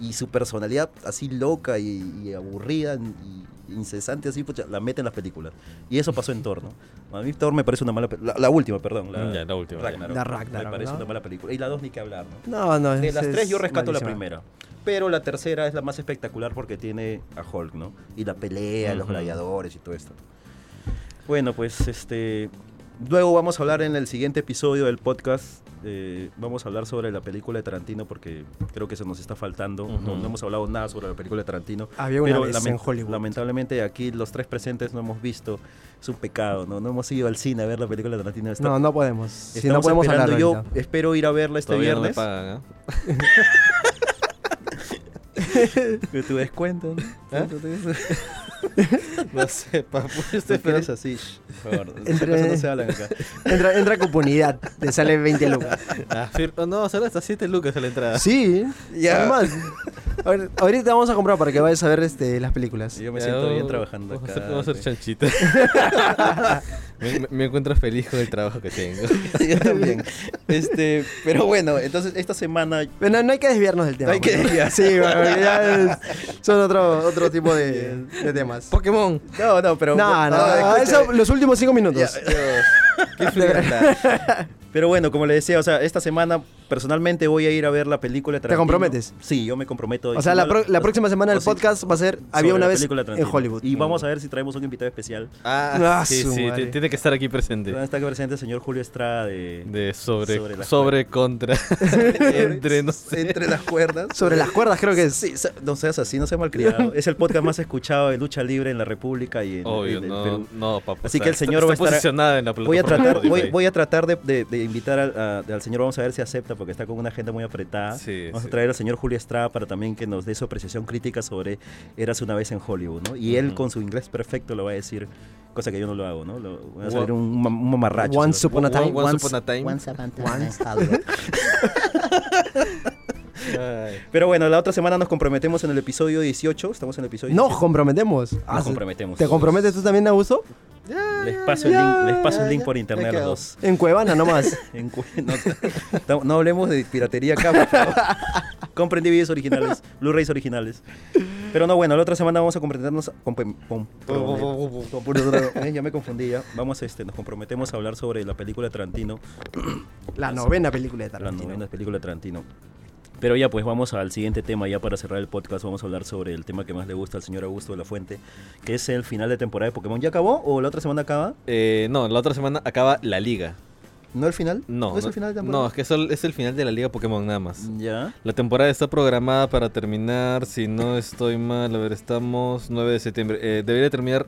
[SPEAKER 1] Y su personalidad así loca y, y aburrida. Y incesante así, pucha, la meten en las películas. Y eso pasó en Thor, ¿no? A mí Thor me parece una mala pe- la, la última, perdón. La,
[SPEAKER 2] Ya, la última, ya.
[SPEAKER 1] Ragnarok.
[SPEAKER 3] La Ragnarok,
[SPEAKER 1] Me parece
[SPEAKER 3] ¿no?
[SPEAKER 1] una mala película. Y la dos ni que hablar, ¿no?
[SPEAKER 3] No, no,
[SPEAKER 1] De
[SPEAKER 3] es-
[SPEAKER 1] las tres
[SPEAKER 3] es
[SPEAKER 1] yo rescato la
[SPEAKER 3] malísima.
[SPEAKER 1] primera. Pero la tercera es la más espectacular porque tiene a Hulk, ¿no? Y la pelea, los
[SPEAKER 2] Ujú.
[SPEAKER 1] gladiadores y todo esto. Bueno, pues este. Luego vamos a hablar en el siguiente episodio del podcast. eh, vamos a hablar sobre la película de Tarantino porque creo que se nos está faltando. no,
[SPEAKER 2] Ujú.
[SPEAKER 1] no hemos hablado nada sobre la película de Tarantino.
[SPEAKER 3] Había una vez
[SPEAKER 1] lamen-
[SPEAKER 3] en Hollywood.
[SPEAKER 1] Lamentablemente aquí los tres presentes no hemos visto. Es un pecado, ¿no? No hemos ido al cine a ver la película de Tarantino. Está-
[SPEAKER 3] No, no podemos. Si no
[SPEAKER 1] estamos
[SPEAKER 3] podemos
[SPEAKER 1] esperando.
[SPEAKER 3] hablar
[SPEAKER 1] Yo
[SPEAKER 3] ahorita.
[SPEAKER 1] espero ir a verla este
[SPEAKER 2] Todavía no me
[SPEAKER 1] viernes.
[SPEAKER 2] pagan, ¿ah?
[SPEAKER 1] Que tu descuento. ¿Ah?
[SPEAKER 2] No sé, papu.
[SPEAKER 1] Este es así. shh, Por favor, esas
[SPEAKER 3] Entre-
[SPEAKER 1] cosas no se hablan acá.
[SPEAKER 3] Entra, entra con punidad, te sale 20 lucas.
[SPEAKER 2] Ah, fir- oh, no, solo hasta 7 lucas a la entrada.
[SPEAKER 3] Sí,
[SPEAKER 1] Ya.
[SPEAKER 3] además. ahor- Ahorita vamos a comprar para que vayas a ver este, las películas.
[SPEAKER 1] Yo me
[SPEAKER 2] Ya,
[SPEAKER 1] siento bien
[SPEAKER 2] oh,
[SPEAKER 1] trabajando
[SPEAKER 2] vamos
[SPEAKER 1] acá.
[SPEAKER 2] a hacer- Vamos a hacer
[SPEAKER 1] güey.
[SPEAKER 2] chanchita. me, me- me encuentro feliz con el trabajo que tengo.
[SPEAKER 1] Yo también. Este, pero bueno, entonces esta semana
[SPEAKER 3] Pero no, no hay que desviarnos del tema.
[SPEAKER 1] Hay que
[SPEAKER 3] pues, ¿no?
[SPEAKER 1] desviar.
[SPEAKER 3] Sí, porque ya es- son otro, otro tipo de, de temas.
[SPEAKER 2] Pokémon.
[SPEAKER 1] No, no, pero
[SPEAKER 3] No, no, no,
[SPEAKER 1] escucha,
[SPEAKER 3] eso, los últimos cinco
[SPEAKER 1] ya,
[SPEAKER 3] minutos.
[SPEAKER 1] Dios, qué frialdad. Pero bueno, como le decía, o sea, esta semana personalmente voy a ir a ver la película de
[SPEAKER 3] ¿Te
[SPEAKER 1] Tarantino.
[SPEAKER 3] comprometes?
[SPEAKER 1] Sí, yo me comprometo.
[SPEAKER 3] O sea, la, pro- la próxima semana el
[SPEAKER 1] o sí,
[SPEAKER 3] podcast va a ser
[SPEAKER 1] sobre
[SPEAKER 3] Había una
[SPEAKER 1] la
[SPEAKER 3] vez
[SPEAKER 1] película de
[SPEAKER 3] en
[SPEAKER 1] Tarantino.
[SPEAKER 3] Hollywood.
[SPEAKER 1] Y vamos a ver si traemos un invitado especial.
[SPEAKER 2] Ah,
[SPEAKER 3] Ah,
[SPEAKER 2] sí,
[SPEAKER 3] su
[SPEAKER 2] sí,
[SPEAKER 3] madre.
[SPEAKER 2] te- tiene que estar aquí presente.
[SPEAKER 1] Está presente el señor Julio Estrada de...
[SPEAKER 2] De sobre,
[SPEAKER 1] Sobre
[SPEAKER 2] sobre,
[SPEAKER 1] las
[SPEAKER 2] contra, entre, no sé.
[SPEAKER 1] Entre las cuerdas.
[SPEAKER 3] Sobre las cuerdas, creo que es.
[SPEAKER 1] Sí, sa- no seas así, no seas malcriado. es el podcast más escuchado de lucha libre en la República y en,
[SPEAKER 2] Obvio,
[SPEAKER 1] en el
[SPEAKER 2] no,
[SPEAKER 1] Perú.
[SPEAKER 2] no, papu.
[SPEAKER 1] Así
[SPEAKER 2] está-
[SPEAKER 1] que el señor
[SPEAKER 2] está,
[SPEAKER 1] va a estar-
[SPEAKER 2] posicionada en la
[SPEAKER 1] Voy a
[SPEAKER 2] plataforma
[SPEAKER 1] tratar,
[SPEAKER 2] Spotify.
[SPEAKER 1] voy, voy a tratar de, de- de invitar al, a- al señor, vamos a ver si acepta porque está con una agenda muy apretada.
[SPEAKER 2] Sí,
[SPEAKER 1] vamos
[SPEAKER 2] sí.
[SPEAKER 1] a traer al señor Julio Estrada para también que nos dé su apreciación crítica sobre Eras una vez en Hollywood, ¿no? Y él
[SPEAKER 2] Ujú.
[SPEAKER 1] con su inglés perfecto lo va a decir, cosa que yo no lo hago, ¿no? Lo, voy a
[SPEAKER 2] Wa-
[SPEAKER 1] salir un, ma- un mamarracho.
[SPEAKER 3] Once upon a
[SPEAKER 2] One-
[SPEAKER 3] time.
[SPEAKER 2] Once upon a time. Ay.
[SPEAKER 1] Pero bueno, la otra semana nos comprometemos en el episodio 18, estamos en el episodio
[SPEAKER 3] Nos
[SPEAKER 1] 18.
[SPEAKER 3] comprometemos. Ah,
[SPEAKER 1] Nos comprometemos.
[SPEAKER 3] ¿Te comprometes tú también, Augusto?
[SPEAKER 1] Les paso el link, les paso el link por internet a los dos.
[SPEAKER 3] En Cuevana nomás.
[SPEAKER 1] En cu- no, no- no hablemos de piratería acá, por favor. Compren DVDs originales, Blu-rays originales. Pero no, bueno, la otra semana vamos a comprometernos. compre- com- eh, ya me confundí, ya. Vamos, este, nos comprometemos a hablar sobre la película de Tarantino,
[SPEAKER 3] La novena película de
[SPEAKER 1] la
[SPEAKER 3] Tarantino.
[SPEAKER 1] novena película de Tarantino. Pero ya, pues vamos al siguiente tema, ya para cerrar el podcast, vamos a hablar sobre el tema que más le gusta al señor Augusto de la Fuente, que es el final de temporada de Pokémon. ¿Ya acabó o la otra semana acaba?
[SPEAKER 2] Eh, no, la otra semana acaba la liga.
[SPEAKER 1] ¿No el final?
[SPEAKER 2] No,
[SPEAKER 1] ¿No es el final de
[SPEAKER 2] no,
[SPEAKER 1] temporada?
[SPEAKER 2] es que es el, es el final de la liga Pokémon nada más.
[SPEAKER 1] Ya.
[SPEAKER 2] La temporada está programada para terminar, si no estoy mal, a ver, estamos 9 de septiembre. Eh, debería terminar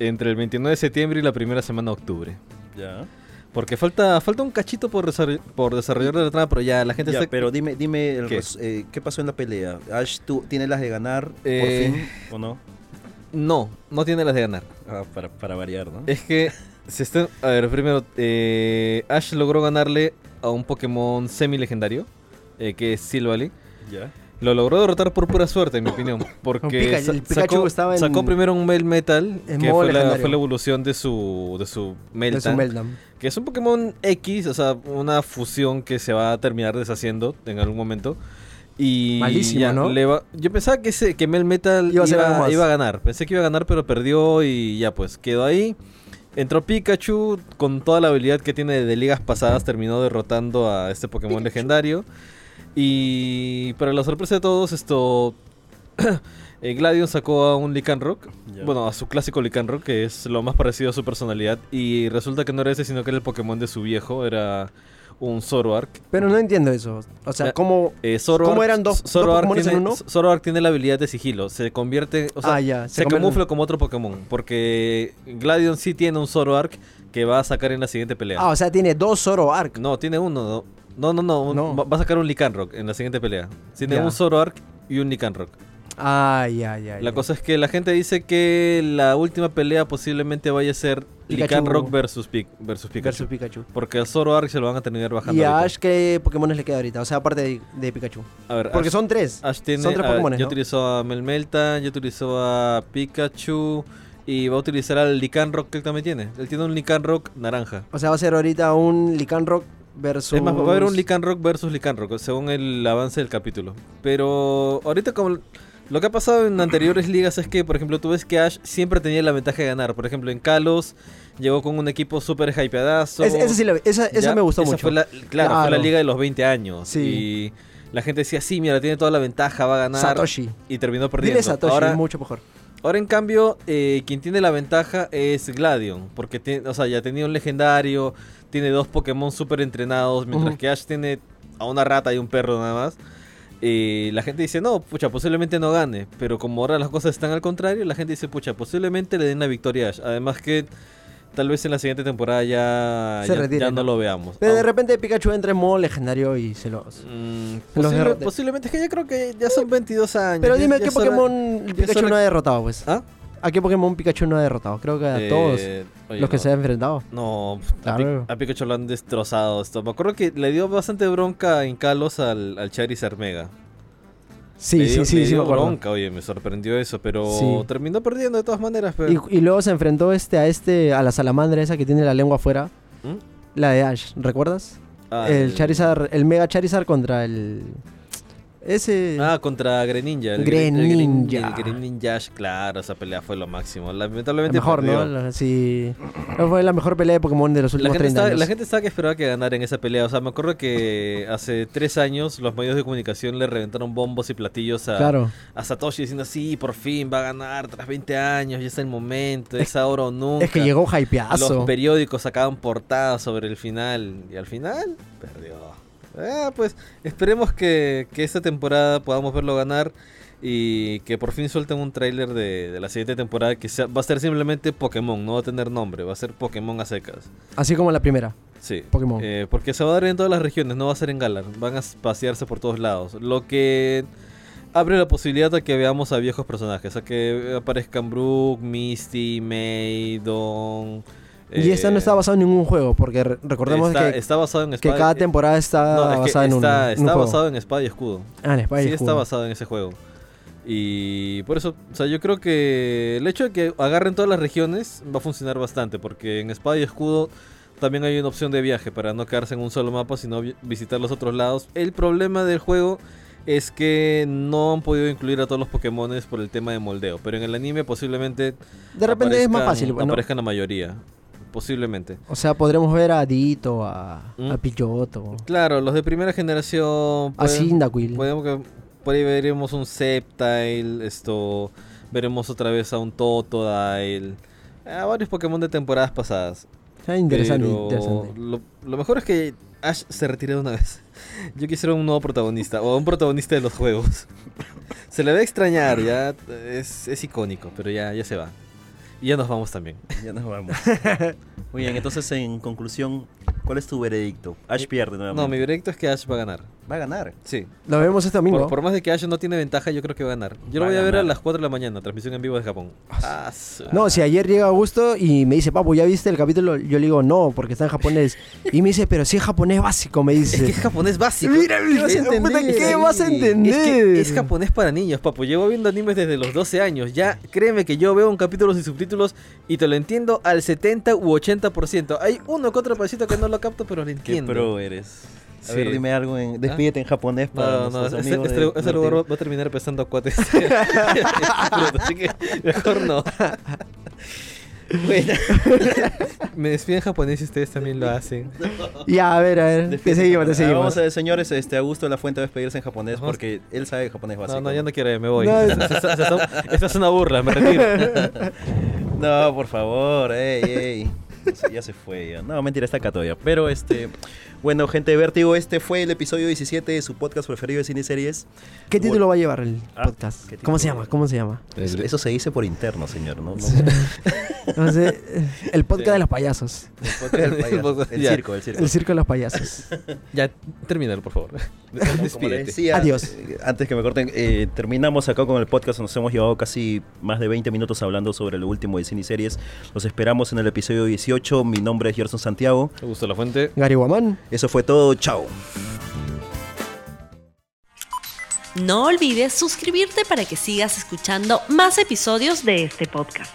[SPEAKER 2] entre el 29 de septiembre y la primera semana de octubre.
[SPEAKER 1] Ya.
[SPEAKER 2] Porque falta, falta un cachito por, desarroll- por desarrollar de la trama, pero ya la gente
[SPEAKER 1] Ya,
[SPEAKER 2] está...
[SPEAKER 1] pero dime, dime el
[SPEAKER 2] ¿Qué?
[SPEAKER 1] res- eh, ¿qué pasó en la pelea? Ash, ¿tú tienes las de ganar
[SPEAKER 2] Eh,
[SPEAKER 1] por fin o no?
[SPEAKER 2] No, no tiene las de ganar.
[SPEAKER 1] Ah, para, para variar, ¿no?
[SPEAKER 2] Es que se está... A ver, primero, eh, Ash logró ganarle a un Pokémon semi-legendario, eh, que es Silvally.
[SPEAKER 1] ya.
[SPEAKER 2] Lo logró derrotar por pura suerte, en mi opinión. Porque
[SPEAKER 3] Pikachu-
[SPEAKER 2] sa-
[SPEAKER 3] el Pikachu
[SPEAKER 2] sacó,
[SPEAKER 3] estaba en-
[SPEAKER 2] sacó primero un Melmetal,
[SPEAKER 3] en
[SPEAKER 2] que
[SPEAKER 3] modo
[SPEAKER 2] fue la,
[SPEAKER 3] legendario.
[SPEAKER 2] fue la evolución de su, de su
[SPEAKER 3] Es un
[SPEAKER 2] Meltan.
[SPEAKER 3] meltdown.
[SPEAKER 2] que es un Pokémon X, o sea, una fusión que se va a terminar deshaciendo en algún momento. Y
[SPEAKER 3] Malísimo,
[SPEAKER 2] ya
[SPEAKER 3] ¿no?
[SPEAKER 2] le va- Yo pensaba que, ese, que Melmetal
[SPEAKER 3] Iba
[SPEAKER 2] iba,
[SPEAKER 3] a ser algo más.
[SPEAKER 2] iba a ganar. Pensé que iba a ganar, pero perdió y ya pues quedó ahí. Entró Pikachu con toda la habilidad que tiene de ligas pasadas, terminó derrotando a este Pokémon legendario. Y para la sorpresa de todos, esto. eh, Gladion sacó a un Lycanroc.
[SPEAKER 1] Ya.
[SPEAKER 2] Bueno, a su clásico Lycanroc, que es lo más parecido a su personalidad. Y resulta que no era ese, sino que era el Pokémon de su viejo. Era un Zoroark.
[SPEAKER 3] Pero no entiendo eso. O sea,
[SPEAKER 2] Ya.
[SPEAKER 3] ¿cómo...?
[SPEAKER 2] Eh, Zoroark
[SPEAKER 3] ¿Cómo eran dos- dos
[SPEAKER 2] Zoroark
[SPEAKER 3] Pokémones en
[SPEAKER 2] tiene,
[SPEAKER 3] uno?
[SPEAKER 2] Zoroark tiene la habilidad de sigilo. Se convierte. O sea,
[SPEAKER 3] ah, ya.
[SPEAKER 2] se,
[SPEAKER 3] convierte-
[SPEAKER 2] camufla como otro Pokémon. Porque Gladion sí tiene un Zoroark que va a sacar en la siguiente pelea.
[SPEAKER 3] Ah, o sea, tiene dos Zoroark.
[SPEAKER 2] No, tiene uno. No, no, no. no, un-
[SPEAKER 3] No.
[SPEAKER 2] Va va a sacar un Lycanroc en la siguiente pelea. Tiene
[SPEAKER 3] Ya.
[SPEAKER 2] un Zoroark y un Lycanroc.
[SPEAKER 3] Ah, ya, ya.
[SPEAKER 2] La
[SPEAKER 3] ya.
[SPEAKER 2] cosa es que la gente dice que la última pelea posiblemente vaya a ser
[SPEAKER 3] Pikachu.
[SPEAKER 2] Lycanroc versus, Pi- versus Pikachu.
[SPEAKER 3] Versus Pikachu.
[SPEAKER 2] Porque al Zoroark se lo van a terminar bajando.
[SPEAKER 3] ¿Y a
[SPEAKER 2] ahorita.
[SPEAKER 3] Ash qué Pokémon le queda ahorita? O sea, aparte de, de Pikachu.
[SPEAKER 2] A ver,
[SPEAKER 3] Porque
[SPEAKER 2] Ash-
[SPEAKER 3] son tres.
[SPEAKER 2] Ash tiene, ah,
[SPEAKER 3] son tres
[SPEAKER 2] a ver,
[SPEAKER 3] Pokémones,
[SPEAKER 2] Ya
[SPEAKER 3] ¿no?
[SPEAKER 2] utilizó a Melmeltan, ya utilizó a Pikachu y va a utilizar al Lycanroc que él también tiene. Él tiene un Lycanroc naranja.
[SPEAKER 3] O sea, va a ser ahorita un Lycanroc versus...
[SPEAKER 2] Es más, va a haber un Lycanroc versus Lycanroc, según el avance del capítulo. Pero ahorita como Lo que ha pasado en anteriores ligas es que, por ejemplo, tú ves que Ash siempre tenía la ventaja de ganar. Por ejemplo, en Kalos llegó con un equipo súper hypeadazo.
[SPEAKER 3] Es- esa sí la- esa, esa
[SPEAKER 2] ¿ya?
[SPEAKER 3] me gustó
[SPEAKER 2] Esa
[SPEAKER 3] mucho.
[SPEAKER 2] fue la- claro, fue la
[SPEAKER 3] Claro.
[SPEAKER 2] liga de los 20 años.
[SPEAKER 3] Sí.
[SPEAKER 2] Y la gente decía, sí, mira, tiene toda la ventaja, va a ganar.
[SPEAKER 3] Satoshi.
[SPEAKER 2] Y terminó perdiendo.
[SPEAKER 3] Dile Satoshi,
[SPEAKER 2] Ahora,
[SPEAKER 3] es mucho mejor.
[SPEAKER 2] Ahora, en cambio, eh, quien tiene la ventaja es Gladion. Porque te- o sea, ya tenía un legendario, tiene dos Pokémon súper entrenados. Mientras
[SPEAKER 3] Ujú.
[SPEAKER 2] que Ash tiene a una rata y un perro nada más. eh, la gente dice, no, pucha, posiblemente no gane. Pero como ahora las cosas están al contrario, la gente dice, pucha, posiblemente le den la victoria a Ash. Además que tal vez en la siguiente temporada ya,
[SPEAKER 3] Se
[SPEAKER 2] ya,
[SPEAKER 3] retire,
[SPEAKER 2] ya no
[SPEAKER 3] ¿no?
[SPEAKER 2] lo veamos.
[SPEAKER 3] Pero de
[SPEAKER 2] Aun-
[SPEAKER 3] repente Pikachu entra en modo legendario y se los...
[SPEAKER 2] Mm,
[SPEAKER 3] Los
[SPEAKER 2] posible-
[SPEAKER 3] derrotes.
[SPEAKER 2] posiblemente es que ya creo que ya son 22 años.
[SPEAKER 3] Pero
[SPEAKER 2] ya-
[SPEAKER 3] dime,
[SPEAKER 2] ya
[SPEAKER 3] ¿qué
[SPEAKER 2] es hora-
[SPEAKER 3] Pokémon Pikachu
[SPEAKER 2] hora-
[SPEAKER 3] no ha derrotado, pues?
[SPEAKER 2] ¿Ah?
[SPEAKER 3] ¿A qué Pokémon Pikachu no ha derrotado? Creo que a
[SPEAKER 2] Eh,
[SPEAKER 3] todos
[SPEAKER 2] oye,
[SPEAKER 3] los que
[SPEAKER 2] no.
[SPEAKER 3] se ha enfrentado.
[SPEAKER 2] No, a, Pi-
[SPEAKER 3] Claro.
[SPEAKER 2] a Pikachu lo han destrozado esto. Me acuerdo que le dio bastante bronca en Kalos al, al Charizard Mega.
[SPEAKER 3] Sí,
[SPEAKER 2] Le dio-
[SPEAKER 3] sí, sí,
[SPEAKER 2] le
[SPEAKER 3] sí,
[SPEAKER 2] dio
[SPEAKER 3] me acuerdo.
[SPEAKER 2] bronca, oye, me sorprendió eso, pero
[SPEAKER 3] Sí.
[SPEAKER 2] terminó perdiendo de todas maneras. Pero...
[SPEAKER 3] Y, y luego se enfrentó este a este, a la salamandra esa que tiene la lengua afuera.
[SPEAKER 2] ¿Mm?
[SPEAKER 3] La de Ash, ¿recuerdas?
[SPEAKER 2] Ah,
[SPEAKER 3] el Charizard, el Mega Charizard contra el... Ese...
[SPEAKER 2] Ah, contra Greninja. el Gre- el
[SPEAKER 3] Greninja.
[SPEAKER 2] El Greninja Ash, claro, esa pelea fue lo máximo.
[SPEAKER 3] el
[SPEAKER 2] Lamentablemente
[SPEAKER 3] mejor,
[SPEAKER 2] perdió.
[SPEAKER 3] ¿no? La- Sí. Fue la mejor pelea de Pokémon de los
[SPEAKER 2] La
[SPEAKER 3] últimos
[SPEAKER 2] gente,
[SPEAKER 3] 30
[SPEAKER 2] estaba,
[SPEAKER 3] años.
[SPEAKER 2] la gente estaba que esperaba que ganara en esa pelea. O sea, me acuerdo que hace tres años los medios de comunicación le reventaron bombos y platillos a,
[SPEAKER 3] Claro.
[SPEAKER 2] a Satoshi diciendo, sí, por fin va a ganar tras 20 años, ya es el momento, es ahora o nunca.
[SPEAKER 3] Es que llegó
[SPEAKER 2] Los
[SPEAKER 3] hypeazo.
[SPEAKER 2] periódicos sacaban portadas sobre el final y al final perdió. Ah, pues esperemos que, que esta temporada podamos verlo ganar y que por fin suelten un tráiler de, de la siguiente temporada que sea- va a ser simplemente Pokémon, no va a tener nombre, va a ser Pokémon a secas.
[SPEAKER 3] Así como la primera.
[SPEAKER 2] Sí.
[SPEAKER 3] Pokémon.
[SPEAKER 2] Eh, porque se va a dar en todas las regiones, no va a ser en Galar. Van a pasearse por todos lados. Lo que abre la posibilidad a que veamos a viejos personajes. A que aparezcan Brook, Misty, May, Dawn. eh,
[SPEAKER 3] y esta no está basada en ningún juego, porque re- recordemos
[SPEAKER 2] está,
[SPEAKER 3] que,
[SPEAKER 2] está basado en
[SPEAKER 3] que
[SPEAKER 2] espada-
[SPEAKER 3] cada
[SPEAKER 2] eh,
[SPEAKER 3] temporada está
[SPEAKER 2] no, es que
[SPEAKER 3] basada en un,
[SPEAKER 2] está-
[SPEAKER 3] en un
[SPEAKER 2] está
[SPEAKER 3] juego.
[SPEAKER 2] basado en espada y escudo.
[SPEAKER 3] Ah, en Spy
[SPEAKER 2] sí está
[SPEAKER 3] School.
[SPEAKER 2] basado en ese juego. Y por eso, o sea, yo creo que el hecho de que agarren todas las regiones va a funcionar bastante, porque en Espada y Escudo también hay una opción de viaje para no quedarse en un solo mapa, sino vi- visitar los otros lados. El problema del juego es que no han podido incluir a todos los Pokémones por el tema de moldeo, pero en el anime posiblemente
[SPEAKER 3] De repente es más
[SPEAKER 2] aparezcan-
[SPEAKER 3] fácil, bueno.
[SPEAKER 2] aparezcan la mayoría, posiblemente.
[SPEAKER 3] O sea, podremos ver a Dito, a,
[SPEAKER 2] Mm.
[SPEAKER 3] a Pidgeotto,
[SPEAKER 2] Claro, los de primera generación.
[SPEAKER 3] a
[SPEAKER 2] pueden-
[SPEAKER 3] Cyndaquil.
[SPEAKER 2] Podemos que por ahí veremos un Sceptile, esto veremos otra vez a un Totodile, a varios Pokémon de temporadas pasadas.
[SPEAKER 3] Ah, interesante,
[SPEAKER 2] Pero
[SPEAKER 3] interesante.
[SPEAKER 2] Lo, lo mejor es que Ash se retire de una vez. Yo quisiera un nuevo protagonista o un protagonista de los juegos. Se le va a extrañar, ya es, es icónico, pero ya, ya se va. Y ya nos vamos también.
[SPEAKER 1] Ya nos vamos. Muy bien, entonces en conclusión, ¿cuál es tu veredicto? Ash pierde nuevamente.
[SPEAKER 2] No, mi veredicto es que Ash va a ganar.
[SPEAKER 1] Va a ganar.
[SPEAKER 2] Sí.
[SPEAKER 3] Lo vemos este domingo.
[SPEAKER 2] Por, por más de que Ash no tiene ventaja, yo creo que va a ganar. Yo
[SPEAKER 1] Va
[SPEAKER 2] lo
[SPEAKER 1] a
[SPEAKER 2] voy a ver a
[SPEAKER 1] ganar.
[SPEAKER 2] las 4 de la mañana, transmisión en vivo de Japón. Ah, su-
[SPEAKER 3] No, si ayer llega Augusto y me dice, papu, ¿ya viste el capítulo? Yo le digo, no, porque está en japonés. Y me dice, pero si es japonés básico, me
[SPEAKER 2] Es que
[SPEAKER 3] dice.
[SPEAKER 2] es japonés básico.
[SPEAKER 3] Mira, ¿qué vas a
[SPEAKER 2] Es-
[SPEAKER 3] entender? ¿Qué vas a
[SPEAKER 2] Es que
[SPEAKER 3] entender?
[SPEAKER 2] Es, japonés para niños, papo. Llevo viendo animes desde los 12 años. Ya créeme que yo veo un capítulo sin subtítulos y te lo entiendo al 70 u 80%. Hay uno que otro pasito que no lo capto, pero lo
[SPEAKER 1] Qué
[SPEAKER 2] entiendo.
[SPEAKER 1] pro eres. A
[SPEAKER 2] Sí. ¿Ah?
[SPEAKER 1] ver, dime algo en. Despídete en japonés para
[SPEAKER 2] No, no,
[SPEAKER 1] nuestros
[SPEAKER 2] ese,
[SPEAKER 1] amigos
[SPEAKER 2] este-
[SPEAKER 1] de-
[SPEAKER 2] ese lugar va
[SPEAKER 1] Norte.
[SPEAKER 2] va a terminar pesando a cuates. Así que mejor no. Bueno, me despido en japonés y ustedes también lo hacen.
[SPEAKER 3] Ya, a ver, a ver. Te
[SPEAKER 1] Despídete en
[SPEAKER 3] seguimos, te
[SPEAKER 1] japonés. Ah,
[SPEAKER 3] seguimos.
[SPEAKER 1] Vamos a ver, señores, este Augusto de la Fuente va a despedirse en japonés
[SPEAKER 2] Ajá.
[SPEAKER 1] porque él sabe japonés básico.
[SPEAKER 2] No, no, ya no quiero, me voy.
[SPEAKER 3] No, es-
[SPEAKER 2] Esa- esa- esa es una burla, me retiro.
[SPEAKER 1] No, por favor, ey, ey. Ya se- Ya se fue, ya. No, mentira, está acá todavía. Pero este. Bueno, gente de Vértigo, este fue el episodio 17 de su podcast preferido de cine y series.
[SPEAKER 3] ¿Qué título va a llevar el
[SPEAKER 1] Ah,
[SPEAKER 3] podcast?
[SPEAKER 1] ¿qué título?
[SPEAKER 3] ¿Cómo se llama? ¿Cómo se llama?
[SPEAKER 1] Eso, eso se dice por interno, señor, ¿no? No-
[SPEAKER 3] Entonces, el podcast de los payasos.
[SPEAKER 1] El podcast del payaso. El
[SPEAKER 2] Ya.
[SPEAKER 1] circo, el circo.
[SPEAKER 3] El circo de los payasos.
[SPEAKER 2] Ya, terminalo, por favor.
[SPEAKER 1] Como les
[SPEAKER 2] Despídete.
[SPEAKER 1] decía,
[SPEAKER 3] Adiós.
[SPEAKER 1] eh, Antes que me corten, eh, terminamos acá con el podcast. Nos hemos llevado casi más de 20 minutos hablando sobre lo último de cine y series. Los esperamos en el episodio 18. Mi nombre es Gerson Santiago.
[SPEAKER 2] Me gustó la fuente.
[SPEAKER 3] Gary Guamán.
[SPEAKER 1] Eso fue todo. Chao.
[SPEAKER 4] No olvides suscribirte para que sigas escuchando más episodios de este podcast.